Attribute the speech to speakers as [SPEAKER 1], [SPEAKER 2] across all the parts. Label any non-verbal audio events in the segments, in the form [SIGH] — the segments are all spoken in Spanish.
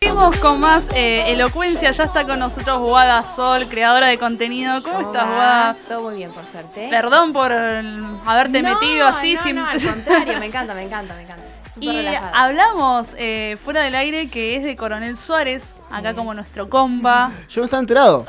[SPEAKER 1] Seguimos con más eh, elocuencia. Ya está con nosotros Guada Sol, creadora de contenido. ¿Cómo estás,
[SPEAKER 2] va?
[SPEAKER 1] Guada?
[SPEAKER 2] Todo muy bien, por suerte.
[SPEAKER 1] Perdón por eh, haberte
[SPEAKER 2] No,
[SPEAKER 1] metido así
[SPEAKER 2] no,
[SPEAKER 1] sin.
[SPEAKER 2] no,
[SPEAKER 1] [LAUGHS]
[SPEAKER 2] al contrario, me encanta, me encanta, me encanta. Súper
[SPEAKER 1] y
[SPEAKER 2] relajada.
[SPEAKER 1] hablamos eh, fuera del aire que es de Coronel Suárez, acá como nuestro compa.
[SPEAKER 3] Yo no estaba enterado.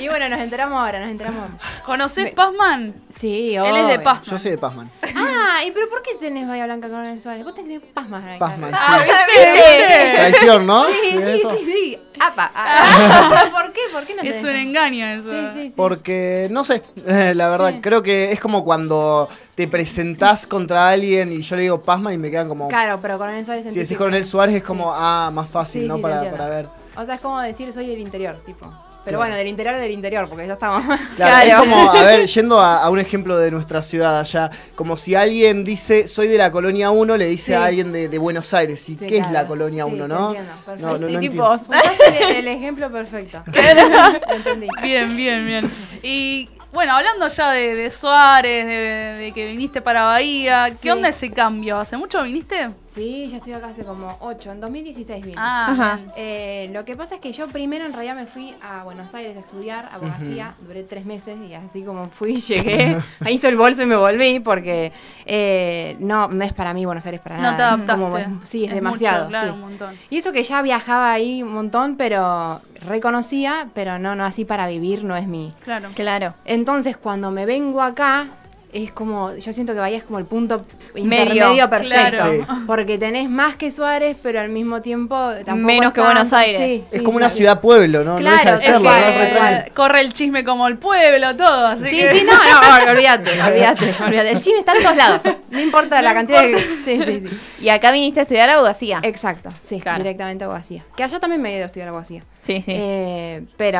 [SPEAKER 2] Y bueno, nos enteramos ahora, nos enteramos. ahora.
[SPEAKER 1] ¿Conoces Pazman?
[SPEAKER 2] Sí,
[SPEAKER 1] Él es de
[SPEAKER 2] obvio.
[SPEAKER 1] Pazman.
[SPEAKER 3] Yo soy
[SPEAKER 2] [LAUGHS]
[SPEAKER 3] de Pazman.
[SPEAKER 2] Ah, ¿y pero por qué tenés Bahía Blanca con el Suárez? Vos tenés pasmas Bahía
[SPEAKER 3] Pazman,
[SPEAKER 2] Blanca.
[SPEAKER 1] Ah,
[SPEAKER 3] sí.
[SPEAKER 1] ¿viste? ¿Viste?
[SPEAKER 3] Traición, ¿no?
[SPEAKER 2] Sí,
[SPEAKER 3] Sí,
[SPEAKER 2] sí,
[SPEAKER 3] eso.
[SPEAKER 2] sí, sí. Apa. ah. [LAUGHS] ¿Por qué? ¿Por qué no tenés?
[SPEAKER 1] Es un engaño eso.
[SPEAKER 2] Sí, sí, sí.
[SPEAKER 3] Porque, no sé, [LAUGHS] la verdad,
[SPEAKER 2] Sí.
[SPEAKER 3] creo que es como cuando te presentás contra alguien y yo le digo Pazman y me quedan como...
[SPEAKER 2] Claro, pero Coronel Suárez
[SPEAKER 3] Si
[SPEAKER 2] sentís que-
[SPEAKER 3] decís Coronel Suárez es como, ah, más fácil,
[SPEAKER 2] Sí,
[SPEAKER 3] ¿no?
[SPEAKER 2] sí, te
[SPEAKER 3] para,
[SPEAKER 2] entiendo.
[SPEAKER 3] para ver.
[SPEAKER 2] O sea, es como decir soy del interior, tipo. Pero
[SPEAKER 3] Claro.
[SPEAKER 2] bueno, del interior del interior, porque ya estamos.
[SPEAKER 3] Claro, es
[SPEAKER 2] [LAUGHS]
[SPEAKER 3] como, a ver, yendo a, a un ejemplo de nuestra ciudad allá, como si alguien dice, soy de la colonia 1, le dice
[SPEAKER 2] Sí.
[SPEAKER 3] a alguien de, de Buenos Aires, ¿y
[SPEAKER 2] Sí,
[SPEAKER 3] qué es la
[SPEAKER 2] claro.
[SPEAKER 3] colonia
[SPEAKER 2] Sí,
[SPEAKER 3] 1,
[SPEAKER 2] te
[SPEAKER 3] no?
[SPEAKER 2] entiendo, perfecto.
[SPEAKER 3] No, no, no
[SPEAKER 1] Y tipo,
[SPEAKER 3] entiendo.
[SPEAKER 2] Usaste el
[SPEAKER 1] [LAUGHS]
[SPEAKER 2] ejemplo perfecto. Entendí.
[SPEAKER 1] Bien, bien, bien. Y bueno, hablando ya de, de Suárez, de, de que viniste para Bahía, ¿qué
[SPEAKER 2] Sí.
[SPEAKER 1] onda ese cambio? ¿Hace mucho viniste?
[SPEAKER 2] [LAUGHS] Sí, yo estoy acá hace como 8, en 2016 vine.
[SPEAKER 1] Ah,
[SPEAKER 4] Ajá.
[SPEAKER 1] bien.
[SPEAKER 2] Eh, lo que pasa es que yo primero en realidad me fui a Buenos Aires a estudiar abogacía, duré tres meses y así como fui, [LAUGHS]
[SPEAKER 3] [LAUGHS]
[SPEAKER 2] llegué, hice el bolso y me volví porque eh, no, no es para mí Buenos Aires para
[SPEAKER 1] no te
[SPEAKER 2] nada. es
[SPEAKER 1] adaptaste.
[SPEAKER 2] como- es- sí, es,
[SPEAKER 1] mucho,
[SPEAKER 2] demasiado.
[SPEAKER 1] claro,
[SPEAKER 2] sí.
[SPEAKER 1] un montón.
[SPEAKER 2] Y eso que ya viajaba ahí un montón, pero reconocía, pero no, no, así para vivir no es mi,
[SPEAKER 1] Claro.
[SPEAKER 4] Claro.
[SPEAKER 2] entonces, cuando me vengo acá, es como, yo siento que Bahía es como el punto
[SPEAKER 4] Medio,
[SPEAKER 2] intermedio perfecto.
[SPEAKER 1] claro.
[SPEAKER 3] Sí.
[SPEAKER 2] Porque tenés más que Suárez, pero al mismo tiempo tampoco
[SPEAKER 4] Menos
[SPEAKER 2] es
[SPEAKER 4] que Buenos
[SPEAKER 2] tanto.
[SPEAKER 4] Aires.
[SPEAKER 2] Sí, sí,
[SPEAKER 3] Es como
[SPEAKER 2] sí,
[SPEAKER 3] una
[SPEAKER 2] sí.
[SPEAKER 3] ciudad-pueblo, ¿no? no
[SPEAKER 2] Claro,
[SPEAKER 3] deja de
[SPEAKER 2] es
[SPEAKER 3] serlo,
[SPEAKER 2] que-
[SPEAKER 3] ¿no? Es re tranqui.
[SPEAKER 1] Eh, corre el chisme como el pueblo, todo. Así
[SPEAKER 2] Sí,
[SPEAKER 1] que... [LAUGHS]
[SPEAKER 2] sí, no, no, no,
[SPEAKER 3] [LAUGHS]
[SPEAKER 2] olvídate, olvídate, olvídate. El chisme está en todos lados. No importa la cantidad de. Sí, sí, sí.
[SPEAKER 4] Y acá viniste a estudiar abogacía.
[SPEAKER 2] Exacto, sí,
[SPEAKER 4] Claro.
[SPEAKER 2] directamente abogacía. Que allá también me he ido a estudiar abogacía.
[SPEAKER 4] Sí, sí.
[SPEAKER 2] Eh, pero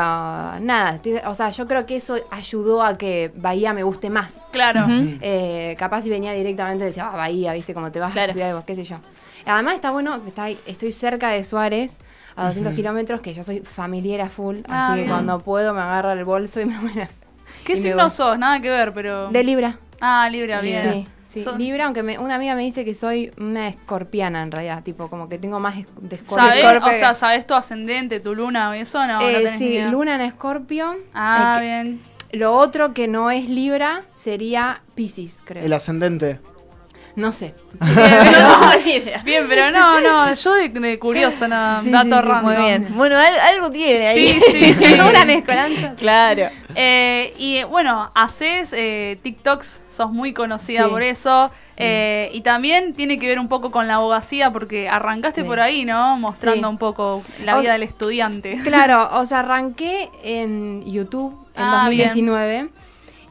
[SPEAKER 2] nada, estoy- o sea, yo creo que eso ayudó a que Bahía me guste más.
[SPEAKER 1] Claro.
[SPEAKER 2] Eh, capaz si venía directamente decía, ah, Bahía, viste, como te vas
[SPEAKER 4] Claro.
[SPEAKER 2] a estudiar, vos, qué sé yo. Además está bueno, que está ahí- estoy cerca de Suárez, a 200 kilómetros, que yo soy familiera full,
[SPEAKER 1] Ah,
[SPEAKER 2] así que
[SPEAKER 1] bien.
[SPEAKER 2] cuando puedo me agarra el bolso y me voy
[SPEAKER 1] ¿Qué
[SPEAKER 2] y me
[SPEAKER 1] signo
[SPEAKER 2] voy.
[SPEAKER 1] sos? Nada que ver, pero.
[SPEAKER 2] De Libra.
[SPEAKER 1] Ah, Libra, bien.
[SPEAKER 2] Sí, sí.
[SPEAKER 1] Sos-
[SPEAKER 2] Libra, aunque me- una amiga me dice que soy una escorpiana en realidad, tipo, como que tengo más es- de escorpio.
[SPEAKER 1] ¿Sabés?
[SPEAKER 4] Corpe-
[SPEAKER 1] O sea, ¿sabés tu ascendente, tu luna o eso? No, no
[SPEAKER 2] Eh,
[SPEAKER 1] tenés ni
[SPEAKER 2] sí,
[SPEAKER 1] idea.
[SPEAKER 2] luna en escorpio.
[SPEAKER 1] Ah,
[SPEAKER 4] Ay, que-
[SPEAKER 2] [LAUGHS]
[SPEAKER 1] bien.
[SPEAKER 2] Lo otro que no es Libra sería Pisces, creo.
[SPEAKER 3] El ascendente.
[SPEAKER 2] No sé. [LAUGHS] no tengo ni idea.
[SPEAKER 1] [LAUGHS] Bien, pero no, no, yo de, de curioso, nada,
[SPEAKER 2] Sí,
[SPEAKER 1] dato
[SPEAKER 2] sí, sí,
[SPEAKER 1] random.
[SPEAKER 4] Muy bien. Bueno, al- algo tiene ahí.
[SPEAKER 1] Sí, sí, sí.
[SPEAKER 2] una mezcolanza.
[SPEAKER 4] [LAUGHS] Claro.
[SPEAKER 1] Eh, y eh, bueno, haces eh, TikToks, sos muy conocida
[SPEAKER 2] Sí.
[SPEAKER 1] por eso. eh, y también tiene que ver un poco con la abogacía, porque arrancaste
[SPEAKER 2] Sí.
[SPEAKER 1] por ahí, ¿no? Mostrando
[SPEAKER 2] Sí.
[SPEAKER 1] un poco la
[SPEAKER 2] O-
[SPEAKER 1] vida del
[SPEAKER 2] [LAUGHS]
[SPEAKER 1] estudiante.
[SPEAKER 2] Claro, o sea, arranqué en YouTube en
[SPEAKER 1] Ah,
[SPEAKER 2] 2019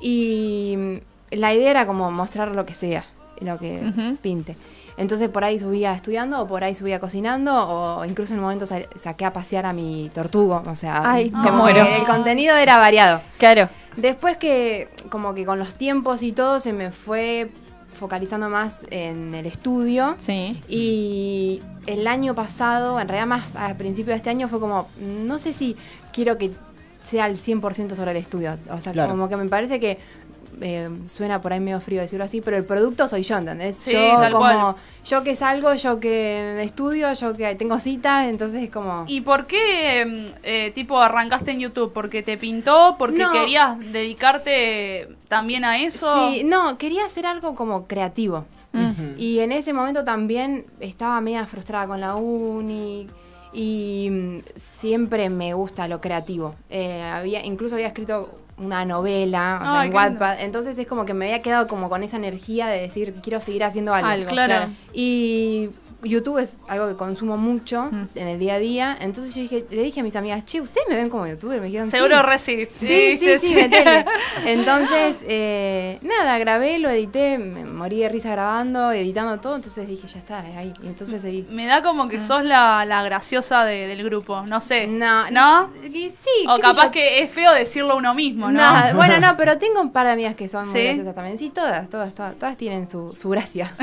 [SPEAKER 2] y mm, la idea era como mostrar lo que sea, lo que
[SPEAKER 4] Ujú.
[SPEAKER 2] pinte. Entonces por ahí subía estudiando o por ahí subía cocinando o incluso en un momento sa- saqué a pasear a mi tortugo, o sea,
[SPEAKER 4] Ay,
[SPEAKER 2] como
[SPEAKER 1] me
[SPEAKER 2] que
[SPEAKER 1] muero.
[SPEAKER 2] el contenido era variado.
[SPEAKER 4] Claro.
[SPEAKER 2] Después que como que con los tiempos y todo se me fue focalizando más en el estudio.
[SPEAKER 4] Sí.
[SPEAKER 2] Y el año pasado, en realidad más al principio de este año, fue como, no sé si quiero que sea al 100% sobre el estudio. O sea,
[SPEAKER 3] Claro.
[SPEAKER 2] como que me parece que eh, suena por ahí medio frío decirlo así, pero el producto soy yo, ¿entendés?
[SPEAKER 1] Sí,
[SPEAKER 2] yo
[SPEAKER 1] tal cual.
[SPEAKER 2] yo que salgo, yo que estudio, yo que tengo citas, entonces es como...
[SPEAKER 1] ¿Y por qué, mm, eh, tipo, arrancaste en YouTube? ¿Porque te pintó? ¿Porque
[SPEAKER 2] No.
[SPEAKER 1] querías dedicarte también a eso? Mm.
[SPEAKER 2] Sí, no, quería hacer algo como creativo. Y en ese momento también estaba media frustrada con la uni y mm, siempre me gusta lo creativo. Eh, había, incluso había escrito una novela o sea,
[SPEAKER 1] Ay,
[SPEAKER 2] en
[SPEAKER 1] qué lindo.
[SPEAKER 2] Wattpad, entonces es como que me había quedado como con esa energía de decir quiero seguir haciendo algo.
[SPEAKER 4] Algo.
[SPEAKER 1] claro.
[SPEAKER 4] claro.
[SPEAKER 2] Y YouTube es algo que consumo mucho
[SPEAKER 4] Mm.
[SPEAKER 2] en el día a día, entonces yo dije, le dije a mis amigas, che, ¿ustedes me ven como youtuber? Me dijeron,
[SPEAKER 1] Seguro
[SPEAKER 2] "Sí".
[SPEAKER 1] recibiste.
[SPEAKER 2] Sí, sí,
[SPEAKER 1] [LAUGHS]
[SPEAKER 2] sí,
[SPEAKER 1] ¿viste?
[SPEAKER 2] metele. [LAUGHS] Entonces, eh, nada, grabé, lo edité, me morí de risa grabando, editando todo, entonces dije, ya está, es ahí. Y entonces seguí.
[SPEAKER 1] Me da como que sos la, la graciosa de- del grupo, no sé.
[SPEAKER 2] Ah. No,
[SPEAKER 1] ¿No?
[SPEAKER 2] y sí,
[SPEAKER 1] O
[SPEAKER 2] qué sé
[SPEAKER 1] capaz
[SPEAKER 2] yo.
[SPEAKER 1] que es feo decirlo uno mismo, ¿no?
[SPEAKER 2] No, bueno, no, pero tengo un par de amigas que son
[SPEAKER 1] ¿Sí?
[SPEAKER 2] muy graciosas también. Sí, todas, todas, todas, todas tienen su, su gracia.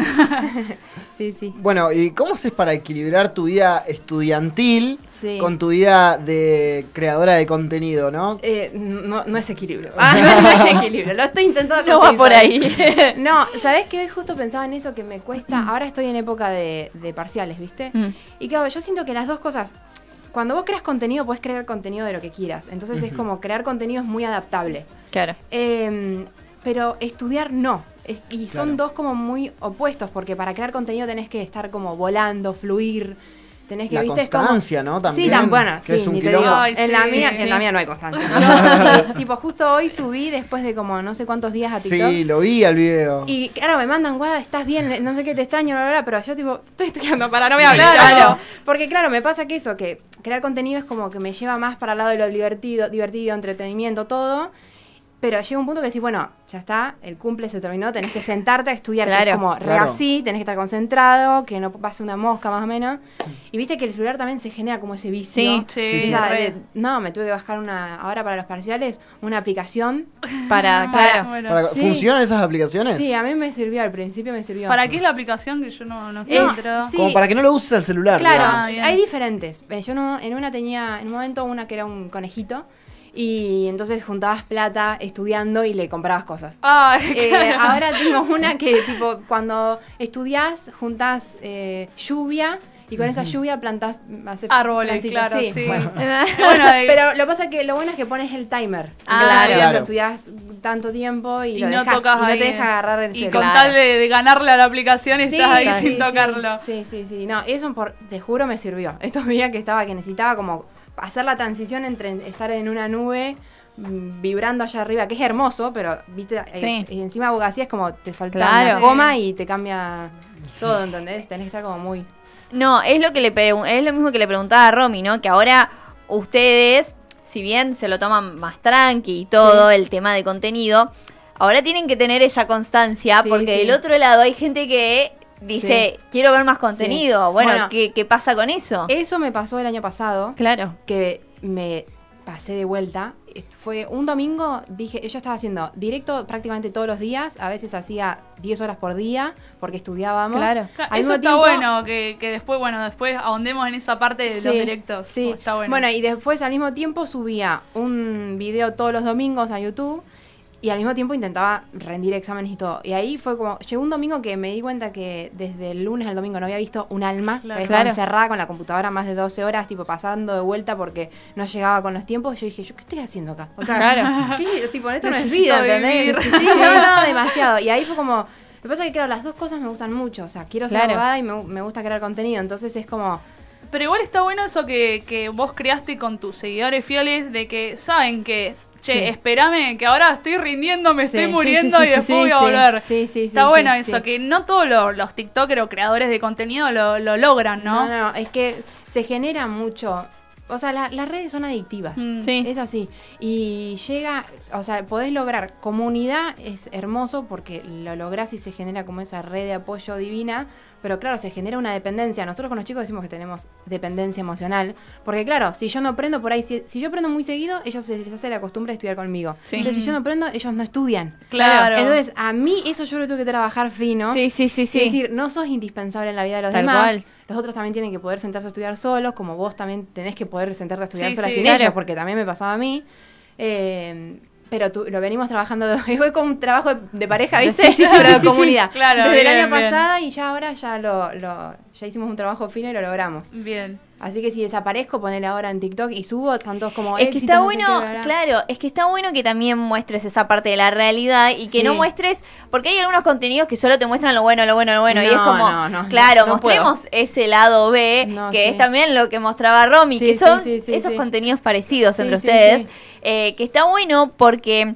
[SPEAKER 2] sí, sí.
[SPEAKER 3] Bueno, y ¿Cómo haces para equilibrar tu vida estudiantil
[SPEAKER 2] Sí.
[SPEAKER 3] con tu vida de creadora de contenido, no?
[SPEAKER 2] Eh, no, no es equilibrio. Ah, [LAUGHS] no es equilibrio. Lo estoy intentando.
[SPEAKER 4] No va por
[SPEAKER 2] conseguir.
[SPEAKER 4] ahí.
[SPEAKER 2] No, ¿sabés que Hoy justo pensaba en eso que me cuesta. Ahora estoy en época de, de parciales, ¿viste?
[SPEAKER 1] Mm.
[SPEAKER 2] Y claro, yo siento que las dos cosas. Cuando vos creas contenido, podés crear contenido de lo que quieras. Entonces es como crear contenido es muy adaptable.
[SPEAKER 4] Claro.
[SPEAKER 2] Eh, pero estudiar no. Es- Y son
[SPEAKER 3] Claro.
[SPEAKER 2] dos como muy opuestos, porque para crear contenido tenés que estar como volando, fluir. Tenés que,
[SPEAKER 3] La
[SPEAKER 2] viste, es como-
[SPEAKER 3] constancia, ¿no? También,
[SPEAKER 2] sí, tan buena.
[SPEAKER 3] que
[SPEAKER 2] Sí,
[SPEAKER 3] es un
[SPEAKER 2] ni te
[SPEAKER 3] quilombo.
[SPEAKER 2] digo.
[SPEAKER 1] Ay,
[SPEAKER 2] en, la
[SPEAKER 1] sí,
[SPEAKER 2] mía,
[SPEAKER 1] sí.
[SPEAKER 2] en la mía no hay constancia.
[SPEAKER 3] [LAUGHS]
[SPEAKER 2] Yo, tipo, justo hoy subí después de como no sé cuántos días a TikTok.
[SPEAKER 3] Sí, lo vi al video.
[SPEAKER 2] Y claro, me mandan, guada, estás bien, no sé qué te extraño, bla, bla, bla", pero yo tipo, estoy estudiando para, no me hables.
[SPEAKER 1] Claro.
[SPEAKER 2] Claro. Porque claro, me pasa que eso, que crear contenido es como que me lleva más para el lado de lo divertido, divertido, entretenimiento, todo. Pero llega un punto que decís, bueno, ya está, el cumple se terminó, tenés que sentarte a estudiar, que es
[SPEAKER 4] Claro.
[SPEAKER 2] como re
[SPEAKER 3] Claro.
[SPEAKER 2] así, tenés que estar concentrado, que no pase una mosca más o menos. Y viste que el celular también se genera como ese vicio.
[SPEAKER 4] Sí,
[SPEAKER 1] sí,
[SPEAKER 2] O sea,
[SPEAKER 1] re.
[SPEAKER 2] de- no, me tuve que bajar una, ahora para los parciales, una aplicación.
[SPEAKER 4] Para,
[SPEAKER 1] Ah, Para,
[SPEAKER 4] claro.
[SPEAKER 3] Para-
[SPEAKER 2] sí.
[SPEAKER 3] ¿Funcionan esas aplicaciones?
[SPEAKER 2] Sí, a mí me sirvió, al principio me sirvió.
[SPEAKER 1] ¿Para qué es la aplicación que yo no, no
[SPEAKER 2] No,
[SPEAKER 1] encuentro?
[SPEAKER 2] Eh, sí.
[SPEAKER 3] Como para que no lo uses al celular.
[SPEAKER 2] Claro,
[SPEAKER 1] Ah,
[SPEAKER 3] digamos.
[SPEAKER 1] bien.
[SPEAKER 2] hay diferentes. Eh, Yo no, en una tenía, en un momento una que era un conejito y entonces juntabas plata estudiando y le
[SPEAKER 1] [LAUGHS]
[SPEAKER 2] comprabas cosas.
[SPEAKER 1] Ah,
[SPEAKER 2] Eh,
[SPEAKER 1] claro.
[SPEAKER 2] ahora tengo una que tipo cuando estudias juntas lluvia y con esa lluvia plantas
[SPEAKER 1] [LAUGHS] Árboles, claro, sí.
[SPEAKER 2] Bueno.
[SPEAKER 1] [LAUGHS]
[SPEAKER 2] [LAUGHS]
[SPEAKER 1] Bueno, eh,
[SPEAKER 2] Pero lo pasa que lo bueno es que pones el timer. Entonces,
[SPEAKER 4] claro.
[SPEAKER 2] por ejemplo,
[SPEAKER 3] Claro.
[SPEAKER 2] estudias tanto tiempo y,
[SPEAKER 1] Ah, y
[SPEAKER 2] lo
[SPEAKER 1] no
[SPEAKER 2] dejas
[SPEAKER 1] tocas
[SPEAKER 2] y no
[SPEAKER 1] ahí. eh.
[SPEAKER 2] te deja agarrar el
[SPEAKER 1] Y
[SPEAKER 2] celular.
[SPEAKER 1] con tal de, de ganarle a la aplicación
[SPEAKER 2] Sí,
[SPEAKER 1] estás ahí
[SPEAKER 2] sí,
[SPEAKER 1] sin
[SPEAKER 2] sí,
[SPEAKER 1] tocarlo.
[SPEAKER 2] Sí, sí, sí. No, eso por, te juro me sirvió. Estos días que estaba, que necesitaba como hacer la transición entre estar en una nube mm, vibrando allá arriba, que es hermoso, pero viste, eh,
[SPEAKER 4] Sí.
[SPEAKER 2] y encima abogacía es como te falta
[SPEAKER 4] Claro.
[SPEAKER 2] una coma y te cambia todo, ¿entendés? Tenés que estar como muy.
[SPEAKER 4] No, es lo que le pregun- es lo mismo que le preguntaba a Romy, ¿no? Que ahora ustedes, si bien se lo toman más tranqui y todo el tema de contenido, ahora tienen que tener esa constancia
[SPEAKER 2] Sí,
[SPEAKER 4] porque
[SPEAKER 2] sí.
[SPEAKER 4] del otro lado hay gente que dice, "Quiero ver más contenido."
[SPEAKER 2] Sí.
[SPEAKER 4] Bueno, Eh,
[SPEAKER 2] Bueno.
[SPEAKER 4] ¿qué, qué pasa con eso?
[SPEAKER 2] Eso me pasó el año pasado.
[SPEAKER 4] Claro.
[SPEAKER 2] que me pasé de vuelta. Eh, Fue un domingo, dije, yo estaba haciendo directo prácticamente todos los días, a veces hacía 10 horas por día porque estudiábamos.
[SPEAKER 4] Claro.
[SPEAKER 1] Claro,
[SPEAKER 2] Al
[SPEAKER 1] Eso
[SPEAKER 2] mismo
[SPEAKER 1] está
[SPEAKER 2] tiempo-
[SPEAKER 1] bueno, que, que después, bueno, después ahondemos en esa parte de los
[SPEAKER 2] Sí,
[SPEAKER 1] directos. Oh,
[SPEAKER 2] Sí,
[SPEAKER 1] Está bueno.
[SPEAKER 2] y después al mismo tiempo subía un video todos los domingos a YouTube y al mismo tiempo intentaba rendir exámenes y todo. Y ahí fue como, llegó un domingo que me di cuenta que desde el lunes al domingo no había visto un alma,
[SPEAKER 1] Claro.
[SPEAKER 2] había estado
[SPEAKER 4] Claro.
[SPEAKER 2] encerrada con la computadora más de 12 horas, tipo pasando de vuelta porque no llegaba con los tiempos. Yo dije, ¿yo qué estoy haciendo acá? O sea,
[SPEAKER 4] Claro.
[SPEAKER 2] [LAUGHS] ¿qué? tipo, esto no es
[SPEAKER 1] Necesito
[SPEAKER 2] vida, ¿entendés?
[SPEAKER 1] vivir.
[SPEAKER 2] Sí, no, no, demasiado. Y ahí fue como... Lo que pasa es que, claro, las dos cosas me gustan mucho. O sea, quiero ser
[SPEAKER 4] Claro.
[SPEAKER 2] abogada y me, me gusta crear contenido. Entonces es como...
[SPEAKER 1] Pero igual está bueno eso que, que vos creaste con tus seguidores fieles, de que saben que, che,
[SPEAKER 2] Sí.
[SPEAKER 1] espérame, que ahora estoy rindiendo, me
[SPEAKER 2] Sí,
[SPEAKER 1] estoy
[SPEAKER 2] sí,
[SPEAKER 1] muriendo
[SPEAKER 2] sí,
[SPEAKER 1] y
[SPEAKER 2] sí,
[SPEAKER 1] después
[SPEAKER 2] sí,
[SPEAKER 1] voy a
[SPEAKER 2] sí.
[SPEAKER 1] volver.
[SPEAKER 2] Sí, sí, sí,
[SPEAKER 1] Está
[SPEAKER 2] sí,
[SPEAKER 1] bueno
[SPEAKER 2] sí.
[SPEAKER 1] eso, que no todos los, los TikTokers o creadores de contenido lo, lo logran, ¿no?
[SPEAKER 2] No, no, es que se genera mucho. O sea, la- las redes son adictivas.
[SPEAKER 1] Mm.
[SPEAKER 4] Sí.
[SPEAKER 2] Es así. Y llega, o sea, podés lograr comunidad, es hermoso porque lo lográs y se genera como esa red de apoyo divina, pero claro, se genera una dependencia. Nosotros con los chicos decimos que tenemos dependencia emocional, porque claro, si yo no aprendo por ahí, si, si yo aprendo muy seguido, ellos se les hace la costumbre de estudiar conmigo.
[SPEAKER 4] Sí.
[SPEAKER 2] Entonces, si yo no aprendo, ellos no estudian.
[SPEAKER 1] Claro.
[SPEAKER 2] Entonces, a mí eso yo lo tuve que trabajar fino.
[SPEAKER 4] Sí, sí, sí, sí.
[SPEAKER 2] Es decir, no sos indispensable en la vida de los
[SPEAKER 4] Tal
[SPEAKER 2] demás.
[SPEAKER 4] cual.
[SPEAKER 2] Los otros también tienen que poder sentarse a estudiar solos, como vos también tenés que poder sentarte a estudiar
[SPEAKER 1] Sí,
[SPEAKER 2] sola
[SPEAKER 1] sí,
[SPEAKER 2] sin
[SPEAKER 4] claro.
[SPEAKER 2] ellos, porque también me pasaba a mí. Eh, pero tú- lo venimos trabajando, [LAUGHS] fue con un trabajo de, de pareja, ¿viste?
[SPEAKER 4] Sí, sí,
[SPEAKER 2] [LAUGHS]
[SPEAKER 4] sí,
[SPEAKER 2] Pero
[SPEAKER 4] sí,
[SPEAKER 2] de
[SPEAKER 4] sí, sí.
[SPEAKER 2] comunidad.
[SPEAKER 1] Claro,
[SPEAKER 2] Desde el
[SPEAKER 1] bien,
[SPEAKER 2] año
[SPEAKER 1] bien.
[SPEAKER 2] pasado y ya ahora ya lo, lo- ya hicimos un trabajo fino y lo logramos.
[SPEAKER 1] Bien.
[SPEAKER 2] Así que si desaparezco, ponele ahora en TikTok y subo, están todos como
[SPEAKER 4] Es que
[SPEAKER 2] éxitos,
[SPEAKER 4] está
[SPEAKER 2] no sé
[SPEAKER 4] bueno,
[SPEAKER 2] qué, bla, bla.
[SPEAKER 4] claro, es que está bueno que también muestres esa parte de la realidad y que
[SPEAKER 2] Sí.
[SPEAKER 4] no muestres, porque hay algunos contenidos que solo te muestran lo bueno, lo bueno, lo bueno, y
[SPEAKER 2] No,
[SPEAKER 4] es como,
[SPEAKER 2] no, no,
[SPEAKER 4] claro,
[SPEAKER 2] no, no
[SPEAKER 4] mostremos ese lado B,
[SPEAKER 2] No,
[SPEAKER 4] que
[SPEAKER 2] sí.
[SPEAKER 4] es también lo que mostraba Romy,
[SPEAKER 2] Sí,
[SPEAKER 4] que
[SPEAKER 2] sí,
[SPEAKER 4] son
[SPEAKER 2] sí, sí,
[SPEAKER 4] esos
[SPEAKER 2] sí.
[SPEAKER 4] contenidos parecidos
[SPEAKER 2] Sí,
[SPEAKER 4] entre
[SPEAKER 2] sí,
[SPEAKER 4] ustedes,
[SPEAKER 2] sí.
[SPEAKER 4] eh, que está bueno porque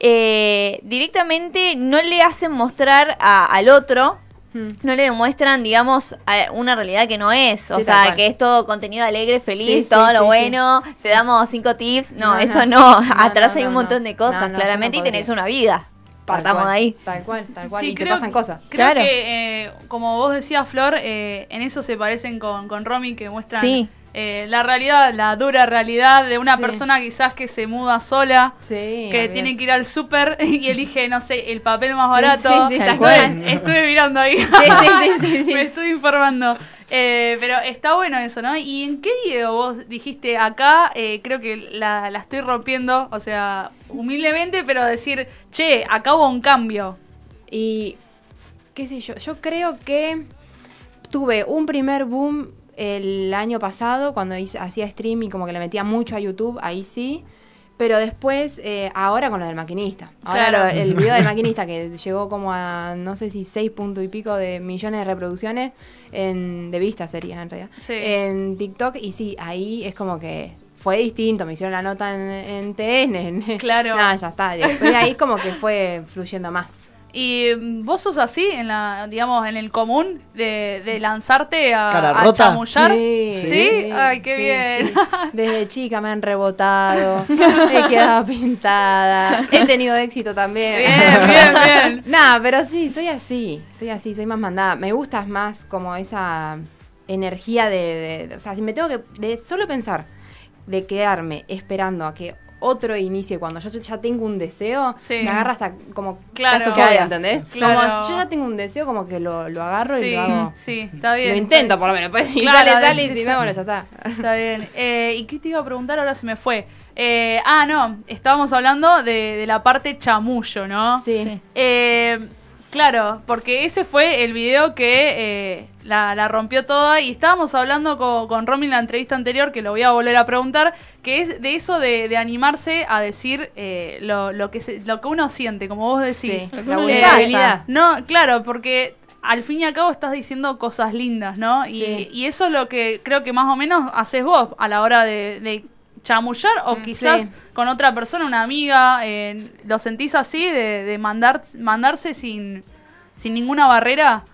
[SPEAKER 4] eh, directamente no le hacen mostrar a- al otro
[SPEAKER 2] Mm.
[SPEAKER 4] no le demuestran, digamos, a- una realidad que no es. O
[SPEAKER 2] Sí, tal
[SPEAKER 4] sea,
[SPEAKER 2] cual.
[SPEAKER 4] que es todo contenido alegre,
[SPEAKER 2] Sí,
[SPEAKER 4] feliz,
[SPEAKER 2] sí,
[SPEAKER 4] todo
[SPEAKER 2] sí,
[SPEAKER 4] lo
[SPEAKER 2] sí.
[SPEAKER 4] bueno, te damos cinco tips. No,
[SPEAKER 2] No,
[SPEAKER 4] eso
[SPEAKER 2] no.
[SPEAKER 4] no.
[SPEAKER 2] No,
[SPEAKER 4] [LAUGHS] Atrás
[SPEAKER 2] no,
[SPEAKER 4] hay un
[SPEAKER 2] no,
[SPEAKER 4] montón
[SPEAKER 2] no.
[SPEAKER 4] de cosas,
[SPEAKER 2] No, no, yo
[SPEAKER 4] claramente,
[SPEAKER 2] no
[SPEAKER 4] y tenés
[SPEAKER 2] podría.
[SPEAKER 4] una vida.
[SPEAKER 2] Tal
[SPEAKER 4] Partamos
[SPEAKER 2] cual,
[SPEAKER 4] de ahí.
[SPEAKER 2] Tal cual, tal cual.
[SPEAKER 1] Sí,
[SPEAKER 2] y te
[SPEAKER 1] creo
[SPEAKER 2] pasan
[SPEAKER 1] que-
[SPEAKER 2] cosas.
[SPEAKER 1] Creo
[SPEAKER 4] Claro.
[SPEAKER 1] que, eh, como vos decías, Flor, eh, en eso se parecen con, con Romy, que muestran
[SPEAKER 4] Sí.
[SPEAKER 1] eh, la realidad, la dura realidad de una
[SPEAKER 2] Sí.
[SPEAKER 1] persona quizás que se muda sola,
[SPEAKER 2] Sí.
[SPEAKER 1] que
[SPEAKER 2] olvidate.
[SPEAKER 1] tiene que ir al súper [LAUGHS] y elige, no sé, el papel más
[SPEAKER 2] Sí,
[SPEAKER 1] barato.
[SPEAKER 2] sí, sí,
[SPEAKER 4] Tal
[SPEAKER 2] tal
[SPEAKER 4] cual.
[SPEAKER 2] cual.
[SPEAKER 1] Estuve mirando ahí.
[SPEAKER 2] Sí, sí,
[SPEAKER 1] [LAUGHS]
[SPEAKER 2] sí, sí, sí.
[SPEAKER 1] Me estoy informando. Eh, pero está bueno eso, ¿no? ¿Y en qué video vos dijiste acá? eh, creo que la, la estoy rompiendo, o sea, humildemente, pero decir, che, acá hubo un cambio.
[SPEAKER 2] Y qué sé yo, yo creo que tuve un primer boom el año pasado cuando hice- hacía stream y como que le metía mucho a YouTube, ahí sí. Pero después, eh, ahora con lo del maquinista. Ahora
[SPEAKER 1] Claro.
[SPEAKER 2] lo- el
[SPEAKER 1] [LAUGHS]
[SPEAKER 2] video del maquinista que llegó como a, no sé si seis punto y pico de millones de reproducciones, en, de vistas sería en realidad,
[SPEAKER 1] Sí.
[SPEAKER 2] en TikTok. Y sí, ahí es como que fue distinto. Me hicieron la nota en, en TN. en-
[SPEAKER 1] Claro.
[SPEAKER 2] [LAUGHS] Nada, ya está. Después ahí es como que fue fluyendo más.
[SPEAKER 1] ¿Y mm, vos sos así, en la digamos, en el común, de, de lanzarte a,
[SPEAKER 3] Cara
[SPEAKER 1] a
[SPEAKER 3] rota.
[SPEAKER 1] chamullar?
[SPEAKER 2] Sí,
[SPEAKER 1] ¿Sí? Ay, qué
[SPEAKER 2] sí,
[SPEAKER 1] bien.
[SPEAKER 2] sí. Desde chica me han rebotado, he
[SPEAKER 1] [LAUGHS]
[SPEAKER 2] quedado pintada, he tenido éxito también.
[SPEAKER 1] Bien, bien, bien.
[SPEAKER 2] [LAUGHS] Nah, pero sí, soy así, soy así, soy más mandada. Me gustas más como esa energía de, de- de- o sea, si me tengo que, de solo pensar, de quedarme esperando a que otro inicie cuando yo ya tengo un deseo,
[SPEAKER 1] Sí.
[SPEAKER 2] me agarra hasta como
[SPEAKER 1] Claro.
[SPEAKER 2] claustrofobia, ¿entendés?
[SPEAKER 1] Claro.
[SPEAKER 2] Como si yo ya tengo un deseo, como que lo, lo agarro y
[SPEAKER 1] [LAUGHS] Sí,
[SPEAKER 2] lo hago.
[SPEAKER 1] sí, está bien.
[SPEAKER 2] Lo intento por lo menos, pues si
[SPEAKER 1] Claro,
[SPEAKER 2] sale, sale,
[SPEAKER 1] sí,
[SPEAKER 2] y si
[SPEAKER 1] sí.
[SPEAKER 2] no, bueno, ya está.
[SPEAKER 1] Está bien. Eh, ¿Y qué te iba a preguntar? Ahora se me fue. Eh, ah, no. Estábamos hablando de, de la parte chamullo, ¿no?
[SPEAKER 2] Sí.
[SPEAKER 4] Sí.
[SPEAKER 1] Eh, claro, porque ese fue el video que eh, la, la rompió toda y estábamos hablando co- con, Romy en la entrevista anterior, que lo voy a volver a preguntar, que es de eso de, de animarse a decir eh, lo, lo que se- lo que uno siente, como vos decís.
[SPEAKER 2] Sí, la
[SPEAKER 1] Eh,
[SPEAKER 2] vulnerabilidad.
[SPEAKER 1] no, claro, porque al fin y al cabo estás diciendo cosas lindas, ¿no? Y,
[SPEAKER 2] Sí.
[SPEAKER 1] y eso es lo que creo que más o menos haces vos a la hora de, de chamullar o quizás
[SPEAKER 2] Mm, sí.
[SPEAKER 1] con otra persona, una amiga, eh, lo sentís así de, de mandar, mandarse sin, sin ninguna barrera.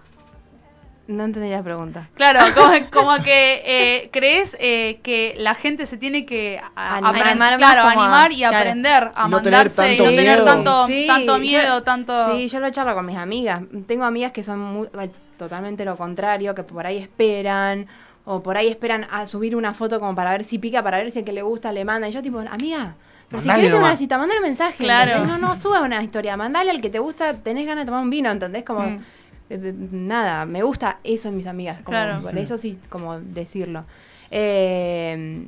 [SPEAKER 2] No entendí la pregunta.
[SPEAKER 1] Claro, [LAUGHS] como, como que eh, crees eh, que la gente se tiene que a-
[SPEAKER 2] Animar.
[SPEAKER 1] apren-
[SPEAKER 4] Animar más
[SPEAKER 1] claro,
[SPEAKER 4] como a-
[SPEAKER 1] animar y
[SPEAKER 4] claro.
[SPEAKER 1] aprender a
[SPEAKER 3] No tener
[SPEAKER 1] mandarse y
[SPEAKER 3] tanto
[SPEAKER 1] no tener
[SPEAKER 3] miedo.
[SPEAKER 1] tanto,
[SPEAKER 2] Sí,
[SPEAKER 1] tanto
[SPEAKER 2] yo-
[SPEAKER 1] miedo, tanto...
[SPEAKER 2] Sí, yo lo charlo con mis amigas. Tengo amigas que son muy- al- totalmente lo contrario, que por ahí esperan o por ahí esperan a subir una foto como para ver si pica, para ver si el que le gusta le manda. Y yo tipo, amiga, pero si
[SPEAKER 3] Mandale
[SPEAKER 2] querés
[SPEAKER 3] nomás.
[SPEAKER 2] una cita, mandale un mensaje.
[SPEAKER 1] Claro.
[SPEAKER 2] ¿entendés? No, no, subas una historia, mandale al que te gusta, tenés ganas de tomar un vino, ¿entendés? Como,
[SPEAKER 1] Mm.
[SPEAKER 2] eh, eh, nada, me gusta eso en mis amigas. Como,
[SPEAKER 1] Claro.
[SPEAKER 2] Por eso sí, como decirlo. Eh,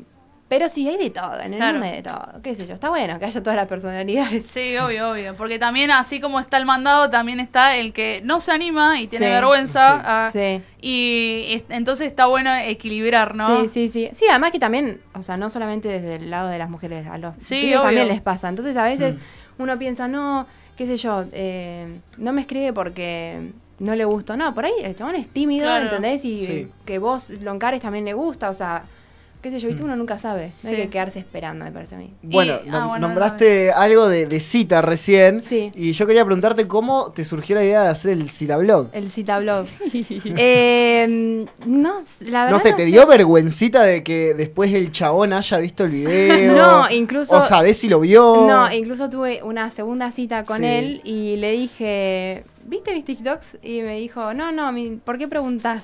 [SPEAKER 2] pero sí, hay de todo, en el
[SPEAKER 1] Claro.
[SPEAKER 2] mundo hay de todo, qué sé yo. Está bueno que haya todas las personalidades.
[SPEAKER 1] Sí, obvio, obvio. Porque también, así como está el mandado, también está el que no se anima y tiene
[SPEAKER 2] Sí,
[SPEAKER 1] vergüenza.
[SPEAKER 3] sí,
[SPEAKER 1] ah,
[SPEAKER 2] Sí.
[SPEAKER 1] Y es- entonces está bueno equilibrar, ¿no?
[SPEAKER 2] Sí, sí, sí. Sí, además que también, o sea, no solamente desde el lado de las mujeres, a los
[SPEAKER 1] Sí,
[SPEAKER 2] pibes también
[SPEAKER 1] obvio. Mm.
[SPEAKER 2] les pasa. Entonces a veces uno piensa, no, qué sé yo, eh, no me escribe porque no le gusto. No, por ahí el chabón es tímido,
[SPEAKER 1] Claro.
[SPEAKER 2] ¿entendés? Y
[SPEAKER 3] Sí.
[SPEAKER 2] que vos lo encares también le gusta, o sea, qué sé yo,
[SPEAKER 3] Mm.
[SPEAKER 2] viste, uno nunca sabe. No hay
[SPEAKER 1] Sí.
[SPEAKER 2] que quedarse esperando, me parece a mí.
[SPEAKER 3] Bueno,
[SPEAKER 1] Y-
[SPEAKER 3] nom-
[SPEAKER 1] ah, bueno,
[SPEAKER 3] nombraste algo de, de cita recién.
[SPEAKER 2] Sí.
[SPEAKER 3] Y yo quería preguntarte cómo te surgió la idea de hacer el citablog.
[SPEAKER 1] [LAUGHS]
[SPEAKER 2] El citablog. eh, no, la verdad
[SPEAKER 3] No sé, ¿te dio vergüencita de que después el chabón haya visto el video?
[SPEAKER 2] [LAUGHS] No, incluso-
[SPEAKER 3] ¿O sabés si lo vio?
[SPEAKER 2] No, incluso tuve una segunda cita con
[SPEAKER 3] Sí.
[SPEAKER 2] él y le dije, ¿viste mis TikToks? Y me dijo, no, no, mi- ¿por qué preguntás?